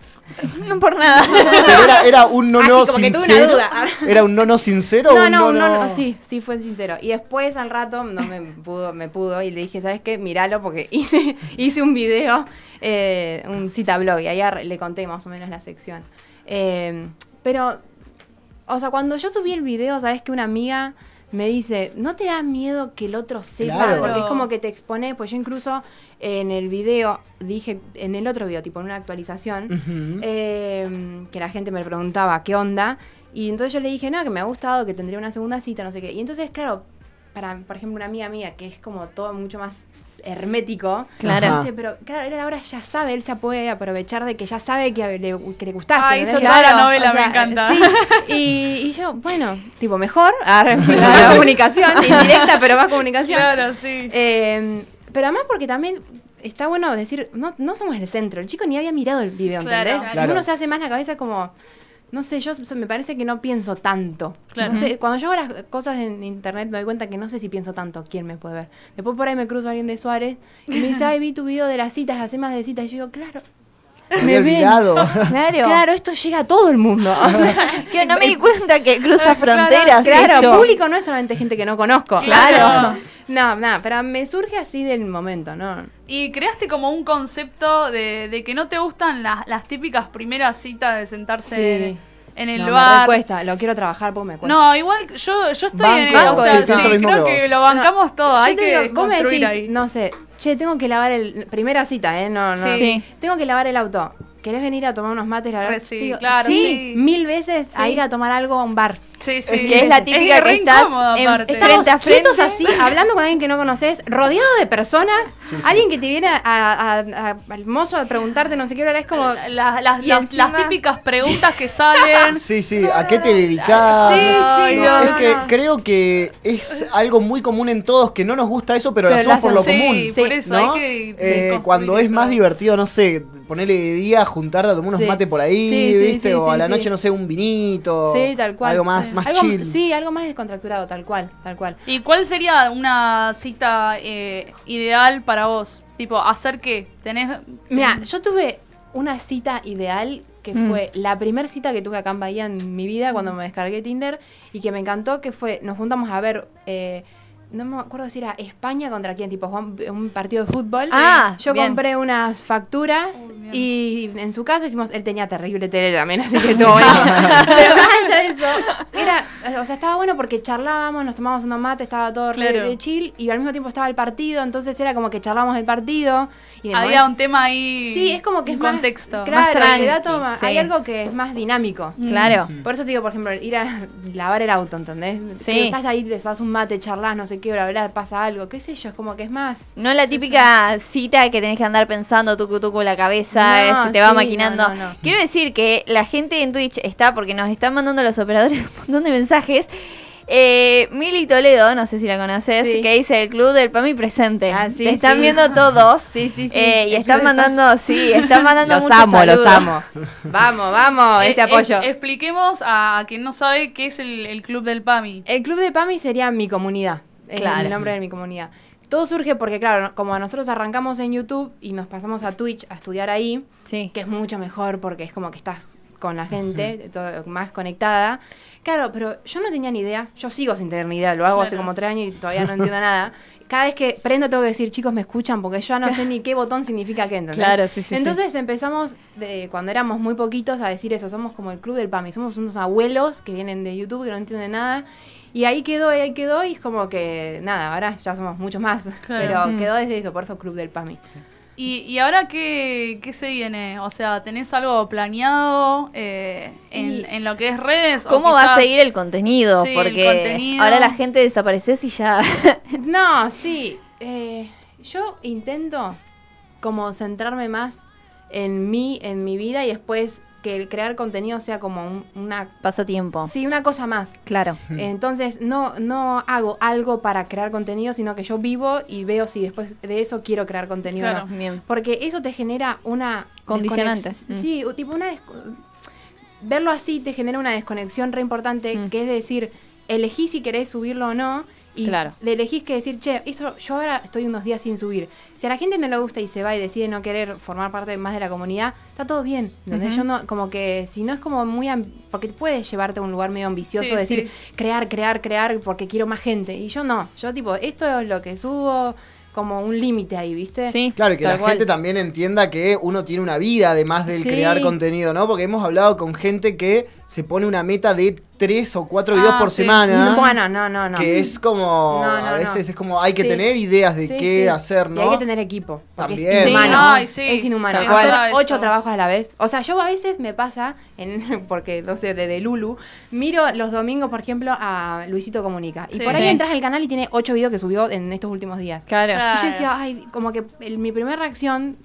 [SPEAKER 4] No por [LAUGHS] nada.
[SPEAKER 3] Pero era, era un no
[SPEAKER 2] Así
[SPEAKER 3] no
[SPEAKER 2] Ah, como que tuve
[SPEAKER 3] sincero.
[SPEAKER 2] una duda.
[SPEAKER 3] Era un no no sincero. o
[SPEAKER 2] No,
[SPEAKER 3] un
[SPEAKER 2] no, no, no, sí, sí, fue sincero. Y después al rato no me pudo, me pudo y le dije, ¿sabes qué? Míralo porque [LAUGHS] hice, hice un video, eh, un cita blog y ayer le conté más o menos la sección. Eh, pero, o sea, cuando yo subí el video, ¿sabes que Una amiga me dice, ¿no te da miedo que el otro sepa?
[SPEAKER 3] Claro.
[SPEAKER 2] Porque es como que te expones, pues yo incluso en el video dije, en el otro video, tipo en una actualización,
[SPEAKER 3] Ujú.
[SPEAKER 2] eh, que la gente me preguntaba qué onda. Y entonces yo le dije, no, que me ha gustado, que tendría una segunda cita, no sé qué. Y entonces, claro, para, por ejemplo, una amiga mía, que es como todo mucho más hermético,
[SPEAKER 1] Ah.
[SPEAKER 4] Claro.
[SPEAKER 3] Ajá.
[SPEAKER 2] dice, pero claro, él ahora ya sabe, él se puede aprovechar de que ya sabe que le, que le gustás.
[SPEAKER 1] Ah, hizo
[SPEAKER 2] ¿entendés? Claro,
[SPEAKER 1] toda la novela, me encanta.
[SPEAKER 2] sí. y, y yo, bueno,
[SPEAKER 1] [LAUGHS]
[SPEAKER 2] tipo, mejor, [LAUGHS] ah, la comunicación, indirecta, pero más
[SPEAKER 1] [LAUGHS]
[SPEAKER 2] comunicación.
[SPEAKER 1] Claro, sí.
[SPEAKER 2] Eh, pero además porque también está bueno decir, no, no somos el centro. El chico ni había mirado el video,
[SPEAKER 1] Claro.
[SPEAKER 2] ¿entendés?
[SPEAKER 3] Claro.
[SPEAKER 2] Y uno se hace más la cabeza como, no sé, yo so- me parece que no pienso tanto.
[SPEAKER 1] Claro.
[SPEAKER 2] No sé, cuando yo hago las cosas en internet me doy cuenta que no sé si pienso tanto quién me puede ver. Después por ahí me cruzo a alguien de Suárez y me dice, ay, vi tu video de las citas, hace más de citas. Y yo digo, claro,
[SPEAKER 3] Me había
[SPEAKER 2] ven.
[SPEAKER 3] olvidado.
[SPEAKER 4] Claro.
[SPEAKER 1] [LAUGHS]
[SPEAKER 2] claro, esto llega a todo el mundo.
[SPEAKER 4] Que
[SPEAKER 2] [LAUGHS]
[SPEAKER 4] no me di cuenta que cruza
[SPEAKER 1] Ah, claro,
[SPEAKER 4] fronteras.
[SPEAKER 1] claro,
[SPEAKER 4] esto.
[SPEAKER 1] Exacto.
[SPEAKER 2] público no es solamente gente que no conozco.
[SPEAKER 1] Claro.
[SPEAKER 2] [LAUGHS] no, nada, pero me surge así del momento, ¿no?
[SPEAKER 1] Y creaste como un concepto de, de que no te gustan las, las típicas primeras citas de sentarse
[SPEAKER 2] Sí.
[SPEAKER 1] en, en el
[SPEAKER 2] no, Me
[SPEAKER 1] bar.
[SPEAKER 2] recuesta, lo quiero trabajar porque me cuesta.
[SPEAKER 1] No, igual yo, yo estoy en
[SPEAKER 2] Banco,
[SPEAKER 1] O sea,
[SPEAKER 2] sí, pienso
[SPEAKER 1] sí,
[SPEAKER 2] lo
[SPEAKER 3] mismo
[SPEAKER 1] creo
[SPEAKER 3] que
[SPEAKER 1] que
[SPEAKER 3] vos.
[SPEAKER 1] lo bancamos todo.
[SPEAKER 2] yo
[SPEAKER 1] Hay
[SPEAKER 2] te
[SPEAKER 1] que
[SPEAKER 2] digo, vos me
[SPEAKER 1] construir
[SPEAKER 2] decís,
[SPEAKER 1] ahí.
[SPEAKER 2] no sé, che, tengo que lavar el. Primera cita, ¿eh? No, no.
[SPEAKER 1] Sí.
[SPEAKER 5] Sí.
[SPEAKER 2] Tengo que lavar el auto. ¿Querés venir a tomar unos mates? La
[SPEAKER 1] Re
[SPEAKER 2] verdad,
[SPEAKER 1] sí, claro, sí.
[SPEAKER 2] mil veces a
[SPEAKER 1] Sí.
[SPEAKER 2] ir a tomar algo a un bar.
[SPEAKER 1] Sí, sí.
[SPEAKER 4] que es la típica
[SPEAKER 1] re
[SPEAKER 4] que estás
[SPEAKER 1] incómodo,
[SPEAKER 4] en-
[SPEAKER 1] aparte.
[SPEAKER 4] Frente
[SPEAKER 2] Estamos
[SPEAKER 4] a frente.
[SPEAKER 2] quietos así, hablando con alguien que no conoces, rodeado de personas, alguien que te viene a, a- a- al mozo a preguntarte no sé qué hora es como...
[SPEAKER 1] La- las, las-
[SPEAKER 4] Y
[SPEAKER 1] las
[SPEAKER 4] encima-
[SPEAKER 1] típicas preguntas que salen.
[SPEAKER 3] Sí, sí, ¿a qué te dedicás?
[SPEAKER 2] Sí, sí,
[SPEAKER 3] No,
[SPEAKER 2] no,
[SPEAKER 3] es
[SPEAKER 2] no,
[SPEAKER 3] que
[SPEAKER 2] no.
[SPEAKER 3] creo que es algo muy común en todos que no nos gusta eso, pero, lo
[SPEAKER 2] Pero lo
[SPEAKER 3] hacemos por lo
[SPEAKER 2] hacen,
[SPEAKER 3] común.
[SPEAKER 1] Sí, por eso
[SPEAKER 3] ¿no?
[SPEAKER 1] hay que sí,
[SPEAKER 3] Eh,
[SPEAKER 1] construir
[SPEAKER 3] cuando es
[SPEAKER 1] eso.
[SPEAKER 3] más divertido, no sé, ponerle de día, juntarte a tomar unos
[SPEAKER 2] Sí.
[SPEAKER 3] mates por ahí,
[SPEAKER 2] Sí, sí,
[SPEAKER 3] ¿viste?
[SPEAKER 2] sí,
[SPEAKER 3] o a
[SPEAKER 2] sí,
[SPEAKER 3] la
[SPEAKER 2] sí.
[SPEAKER 3] noche, no sé, un vinito.
[SPEAKER 2] Sí, tal cual.
[SPEAKER 3] Algo más,
[SPEAKER 2] Sí.
[SPEAKER 3] más
[SPEAKER 2] Algo-
[SPEAKER 3] chill.
[SPEAKER 2] Sí, algo más descontracturado, tal cual, tal cual.
[SPEAKER 1] ¿Y cuál sería una cita eh, ideal para vos? Tipo, ¿hacer qué? ¿Tenés...?
[SPEAKER 2] Mira, yo tuve una cita ideal que fue la primera cita que tuve acá en Bahía en mi vida cuando me descargué Tinder y que me encantó, que fue, nos juntamos a ver... eh, no me acuerdo si era España contra quién, tipo Juan- un partido de fútbol.
[SPEAKER 4] Ah,
[SPEAKER 2] yo
[SPEAKER 4] bien.
[SPEAKER 2] compré unas facturas
[SPEAKER 1] Uy, bien.
[SPEAKER 2] y en su casa hicimos, él tenía terrible tele también, así que todo bueno. Pero más allá de eso, era, o sea, estaba bueno porque charlábamos, nos tomábamos unos mate, estaba todo re-
[SPEAKER 1] Claro.
[SPEAKER 2] de chill y al mismo tiempo estaba el partido, entonces era como que charlábamos el partido y de
[SPEAKER 1] Había
[SPEAKER 2] momento-
[SPEAKER 1] un tema ahí...
[SPEAKER 2] Sí, es como que es
[SPEAKER 1] un
[SPEAKER 2] más.
[SPEAKER 1] contexto.
[SPEAKER 2] Claro,
[SPEAKER 4] Más
[SPEAKER 2] le da
[SPEAKER 4] tranqui,
[SPEAKER 2] toma-
[SPEAKER 4] sí. Mm.
[SPEAKER 2] hay algo que es más dinámico.
[SPEAKER 1] Mm.
[SPEAKER 4] Claro.
[SPEAKER 2] Por eso te digo, por ejemplo, ir a lavar el auto, ¿entendés?
[SPEAKER 4] Sí.
[SPEAKER 2] Pero Estás ahí, les vas un mate, charlas, no sé qué, bla, bla, pasa algo, qué sé yo, es como que es más.
[SPEAKER 4] No la típica cita que tenés que andar pensando tucu tucu la cabeza,
[SPEAKER 2] No,
[SPEAKER 4] eh, se te va
[SPEAKER 2] sí,
[SPEAKER 4] maquinando.
[SPEAKER 2] no, no, no.
[SPEAKER 4] Quiero decir que la gente en Twitch está, porque nos están mandando los operadores [LAUGHS] un montón de mensajes. Eh, Mili Toledo, no sé si la conoces,
[SPEAKER 2] Sí.
[SPEAKER 4] que dice el club del PAMI presente.
[SPEAKER 2] Ah, sí,
[SPEAKER 4] te están
[SPEAKER 2] sí.
[SPEAKER 4] viendo todos.
[SPEAKER 2] [LAUGHS] Sí, sí, sí.
[SPEAKER 4] Eh, y
[SPEAKER 2] El
[SPEAKER 4] están
[SPEAKER 2] club del
[SPEAKER 4] mandando, sí, están mandando
[SPEAKER 2] los
[SPEAKER 4] muchos
[SPEAKER 2] amo, los
[SPEAKER 4] saludos.
[SPEAKER 2] amo. [LAUGHS] Vamos, vamos,
[SPEAKER 1] Eh,
[SPEAKER 2] ese
[SPEAKER 1] eh,
[SPEAKER 2] Ah, este apoyo.
[SPEAKER 1] expliquemos a quien no sabe qué es el, el club del PAMI.
[SPEAKER 2] El club de PAMI sería mi comunidad. es
[SPEAKER 4] Claro.
[SPEAKER 2] El nombre de mi comunidad. Todo surge porque, claro, no- como nosotros arrancamos en YouTube y nos pasamos a Twitch a estudiar ahí,
[SPEAKER 4] Sí.
[SPEAKER 2] que es mucho mejor porque es como que estás con la gente, todo- más conectada. Claro, pero yo no tenía ni idea, yo sigo sin tener ni idea, lo hago hace
[SPEAKER 1] Claro.
[SPEAKER 2] como tres años y todavía no entiendo nada. Cada vez que prendo tengo que decir, chicos, me escuchan porque yo no sé ni qué botón significa qué, ¿entendés?
[SPEAKER 4] Claro, sí, sí, sí.
[SPEAKER 2] Entonces empezamos, de, cuando éramos muy poquitos, a decir eso, somos como el club del PAMI, somos unos abuelos que vienen de YouTube que no entienden nada. Y ahí quedó, y ahí quedó, y es como que, nada, ahora ya somos muchos más, pero quedó desde eso, por eso Club del PAMI.
[SPEAKER 1] ¿Y, y ahora qué, qué se viene? O sea, ¿tenés algo planeado eh, en,
[SPEAKER 2] Y-
[SPEAKER 1] en lo que es redes? o
[SPEAKER 4] ¿Cómo va a
[SPEAKER 1] quizás-
[SPEAKER 4] seguir el contenido?
[SPEAKER 1] Sí, el
[SPEAKER 4] Porque
[SPEAKER 1] contenido.
[SPEAKER 4] ahora la gente desapareces y ya. [LAUGHS]
[SPEAKER 2] [LAUGHS] No, sí. eh, yo intento como centrarme más en mí, en mi vida y después que el crear contenido sea como un- una,
[SPEAKER 4] Pasa tiempo.
[SPEAKER 2] sí, una cosa más.
[SPEAKER 4] Claro.
[SPEAKER 2] Entonces no, no hago algo para crear contenido, sino que yo vivo y veo si después de eso quiero crear contenido. o
[SPEAKER 1] Claro.
[SPEAKER 2] no.
[SPEAKER 4] Bien.
[SPEAKER 2] Porque eso te genera una...
[SPEAKER 4] Condicionante.
[SPEAKER 2] desconex-
[SPEAKER 4] Mm.
[SPEAKER 2] Sí, o tipo una... desco- Verlo así te genera una desconexión re importante,
[SPEAKER 4] Mm.
[SPEAKER 2] que es decir, elegís si querés subirlo o no, y
[SPEAKER 4] Claro.
[SPEAKER 2] le elegís que decir, che, esto, yo ahora estoy unos días sin subir. Si a la gente no le gusta y se va y decide no querer formar parte más de la comunidad, está todo bien. ¿entendés?
[SPEAKER 4] Ujú.
[SPEAKER 2] Yo no, como que, si no es como muy... am- Porque puedes llevarte a un lugar medio ambicioso,
[SPEAKER 1] Sí,
[SPEAKER 2] decir, crear, crear, crear, porque quiero más gente. Y yo no, yo tipo, esto es lo que subo, como un límite ahí, ¿viste?
[SPEAKER 4] Sí.
[SPEAKER 3] Claro, y que
[SPEAKER 4] tal
[SPEAKER 3] la
[SPEAKER 4] cual.
[SPEAKER 3] gente también entienda que uno tiene una vida además del
[SPEAKER 2] Sí.
[SPEAKER 3] crear contenido, ¿no? Porque hemos hablado con gente que se pone una meta de tres o cuatro videos
[SPEAKER 1] Ah,
[SPEAKER 3] por
[SPEAKER 1] sí.
[SPEAKER 3] semana.
[SPEAKER 2] Bueno, no, no, no.
[SPEAKER 3] Que es como,
[SPEAKER 2] No, no,
[SPEAKER 3] a veces
[SPEAKER 2] no.
[SPEAKER 3] es como, hay que
[SPEAKER 2] Sí.
[SPEAKER 3] tener ideas de
[SPEAKER 2] Sí,
[SPEAKER 3] qué
[SPEAKER 2] sí.
[SPEAKER 3] hacer,
[SPEAKER 2] Y
[SPEAKER 3] ¿no?
[SPEAKER 2] hay que tener equipo. Porque
[SPEAKER 3] También.
[SPEAKER 2] Es
[SPEAKER 3] Sí,
[SPEAKER 2] inhumano.
[SPEAKER 1] ay, sí.
[SPEAKER 2] Es inhumano.
[SPEAKER 1] Tal
[SPEAKER 2] Hacer
[SPEAKER 1] cual.
[SPEAKER 2] ocho
[SPEAKER 1] Eso.
[SPEAKER 2] trabajos a la vez. O sea, yo a veces me pasa, en, [LAUGHS] porque no sé, desde Lulu, miro los domingos, por ejemplo, a Luisito Comunica. Y
[SPEAKER 1] Sí.
[SPEAKER 2] por ahí
[SPEAKER 1] Sí.
[SPEAKER 2] entras al canal y tiene ocho videos que subió en estos últimos días.
[SPEAKER 4] Claro.
[SPEAKER 1] Claro.
[SPEAKER 2] Y yo decía, ay, como que el- mi primera reacción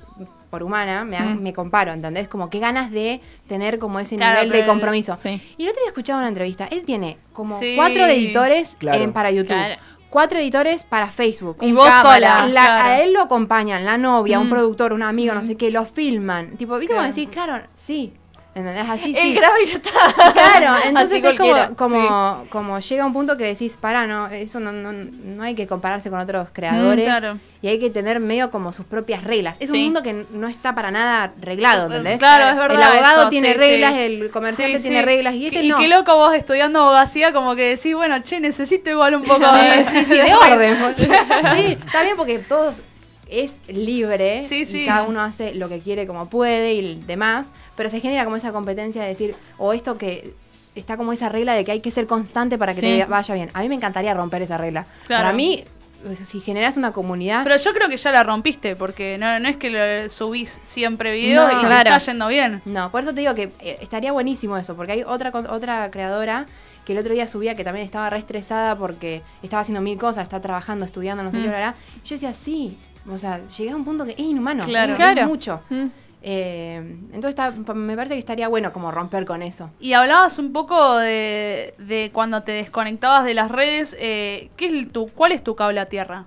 [SPEAKER 2] por humana, me, ha- me comparo, ¿entendés? Como que ganas de tener como ese
[SPEAKER 1] Mm. Claro,
[SPEAKER 2] nivel
[SPEAKER 1] pero
[SPEAKER 2] de
[SPEAKER 1] el-
[SPEAKER 2] compromiso.
[SPEAKER 4] sí.
[SPEAKER 2] Y el otro día escuchaba una entrevista, él tiene como
[SPEAKER 1] Sí.
[SPEAKER 2] cuatro editores
[SPEAKER 3] Claro.
[SPEAKER 2] en- para YouTube,
[SPEAKER 4] Claro.
[SPEAKER 2] cuatro editores para Facebook.
[SPEAKER 1] Y vos
[SPEAKER 4] cámara.
[SPEAKER 1] sola.
[SPEAKER 2] La-
[SPEAKER 1] claro.
[SPEAKER 2] A él lo acompañan, la novia, un productor, un amigo, no
[SPEAKER 1] Mm.
[SPEAKER 2] sé qué, lo filman. Tipo, ¿viste cómo
[SPEAKER 1] Claro.
[SPEAKER 2] decís? Claro, sí. ¿Entendés? Así
[SPEAKER 4] El
[SPEAKER 2] sí.
[SPEAKER 4] grave ya está.
[SPEAKER 1] [LAUGHS]
[SPEAKER 2] Claro,
[SPEAKER 4] Así
[SPEAKER 2] entonces es
[SPEAKER 4] cualquiera,
[SPEAKER 2] como, como, como llega un punto que decís, pará, no, eso no, no, no hay que compararse con otros creadores.
[SPEAKER 1] Mm, claro.
[SPEAKER 2] Y hay que tener medio como sus propias reglas. Es
[SPEAKER 1] Sí. Eh,
[SPEAKER 2] un mundo que n- no está para nada reglado, ¿entendés?
[SPEAKER 1] Claro, es verdad.
[SPEAKER 2] El abogado
[SPEAKER 1] eso,
[SPEAKER 2] tiene
[SPEAKER 1] sí,
[SPEAKER 2] reglas,
[SPEAKER 1] sí.
[SPEAKER 2] el comerciante
[SPEAKER 1] Sí,
[SPEAKER 2] tiene
[SPEAKER 1] sí.
[SPEAKER 2] reglas y este
[SPEAKER 1] y
[SPEAKER 2] no.
[SPEAKER 1] qué loco vos estudiando abogacía, como que decís, bueno, che, necesito igual un poco [LAUGHS] de.
[SPEAKER 2] Sí, [LAUGHS] sí, sí, de orden. Sí, está bien porque todos es libre
[SPEAKER 1] Sí, sí.
[SPEAKER 2] y cada uno hace lo que quiere como puede y el demás, pero se genera como esa competencia de decir, o esto que está como esa regla de que hay que ser constante para que
[SPEAKER 1] Sí.
[SPEAKER 2] te vaya bien. A mí me encantaría romper esa regla.
[SPEAKER 1] Claro.
[SPEAKER 2] Para mí, si generas una
[SPEAKER 4] Ah.
[SPEAKER 2] comunidad,
[SPEAKER 1] Pero yo creo que ya la rompiste, porque no, no es que lo subís siempre videos
[SPEAKER 2] No.
[SPEAKER 1] y le
[SPEAKER 4] Claro.
[SPEAKER 1] está yendo bien.
[SPEAKER 2] No, por eso te digo que eh, estaría buenísimo eso, porque hay otra, con- otra creadora que el otro día subía que también estaba re estresada porque estaba haciendo mil cosas, está trabajando, estudiando, no sé
[SPEAKER 1] Mm.
[SPEAKER 2] qué, bla, bla. Y Yo decía, sí, o sea, llegué a un punto que es inhumano,
[SPEAKER 1] Claro.
[SPEAKER 2] es,
[SPEAKER 4] Claro.
[SPEAKER 2] es mucho.
[SPEAKER 4] Mm.
[SPEAKER 2] Eh, entonces está- pa- me parece que estaría bueno como romper con eso.
[SPEAKER 1] Y hablabas un poco de, de cuando te desconectabas de las redes. eh, ¿qué es tu, ¿Cuál es tu cable a tierra?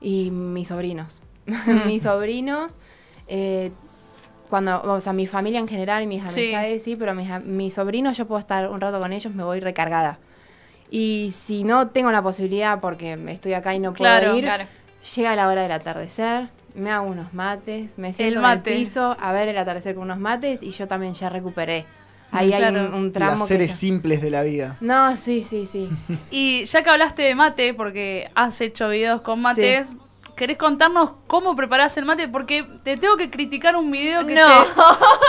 [SPEAKER 2] Y mis sobrinos,
[SPEAKER 1] Mm.
[SPEAKER 2] [LAUGHS] mis sobrinos, eh, cuando, o sea, mi familia en general y mis
[SPEAKER 1] Sí.
[SPEAKER 2] amistades, sí, pero mis, a- mis sobrinos yo puedo estar un rato con ellos, me voy recargada. Y si no tengo la posibilidad porque estoy acá y no puedo
[SPEAKER 1] Claro,
[SPEAKER 2] ir,
[SPEAKER 4] claro.
[SPEAKER 2] llega la hora del atardecer, me hago unos mates, me siento
[SPEAKER 1] mate.
[SPEAKER 2] en el piso a ver el atardecer con unos mates y yo también ya recuperé. Ahí hay
[SPEAKER 1] Mm, Claro.
[SPEAKER 2] un, un tramo
[SPEAKER 3] Las
[SPEAKER 2] que
[SPEAKER 3] seres
[SPEAKER 2] ya-
[SPEAKER 3] simples de la vida.
[SPEAKER 2] No, sí,
[SPEAKER 1] [LAUGHS]
[SPEAKER 2] sí, sí.
[SPEAKER 1] Y ya que hablaste de mate, porque has hecho videos con mates, ¿querés contarnos cómo preparás el mate? Porque te tengo que criticar un video que
[SPEAKER 4] No.
[SPEAKER 1] te-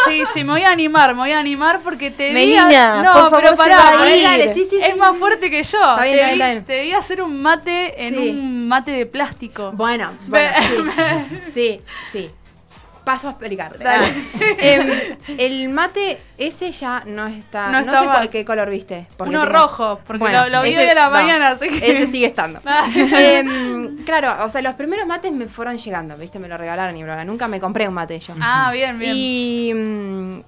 [SPEAKER 1] Sí, sí, me voy a animar, me voy a animar porque
[SPEAKER 4] [LAUGHS]
[SPEAKER 1] te vi...
[SPEAKER 4] Melina,
[SPEAKER 1] No,
[SPEAKER 4] por
[SPEAKER 1] pero
[SPEAKER 4] favor, se
[SPEAKER 1] pará,
[SPEAKER 4] va a
[SPEAKER 1] pará,
[SPEAKER 4] ir.
[SPEAKER 1] dale,
[SPEAKER 2] sí, sí,
[SPEAKER 1] es
[SPEAKER 2] sí,
[SPEAKER 1] más
[SPEAKER 2] sí.
[SPEAKER 1] fuerte que yo.
[SPEAKER 2] Está bien,
[SPEAKER 1] te, vi,
[SPEAKER 2] está bien, está bien.
[SPEAKER 1] te vi hacer un mate en
[SPEAKER 2] Sí.
[SPEAKER 1] un mate de plástico. [LAUGHS]
[SPEAKER 2] Bueno, bueno, sí. sí, sí. Paso a explicarte.
[SPEAKER 1] Dale.
[SPEAKER 2] Ah, em, el mate ese ya no está.
[SPEAKER 1] No
[SPEAKER 2] No,
[SPEAKER 1] está
[SPEAKER 2] sé
[SPEAKER 1] más.
[SPEAKER 2] cuál- qué color viste. porque
[SPEAKER 1] Uno
[SPEAKER 2] tengo-
[SPEAKER 1] rojo, porque
[SPEAKER 2] Bueno,
[SPEAKER 1] lo, lo vi
[SPEAKER 2] ese-
[SPEAKER 1] hoy a la
[SPEAKER 2] no,
[SPEAKER 1] mañana, así que...
[SPEAKER 2] Ese sigue estando. Em, claro, o sea, los primeros mates me fueron llegando, ¿viste? Me lo regalaron y bla, Nunca me compré un mate yo.
[SPEAKER 1] [LAUGHS] Ah, bien, bien.
[SPEAKER 2] Y mm,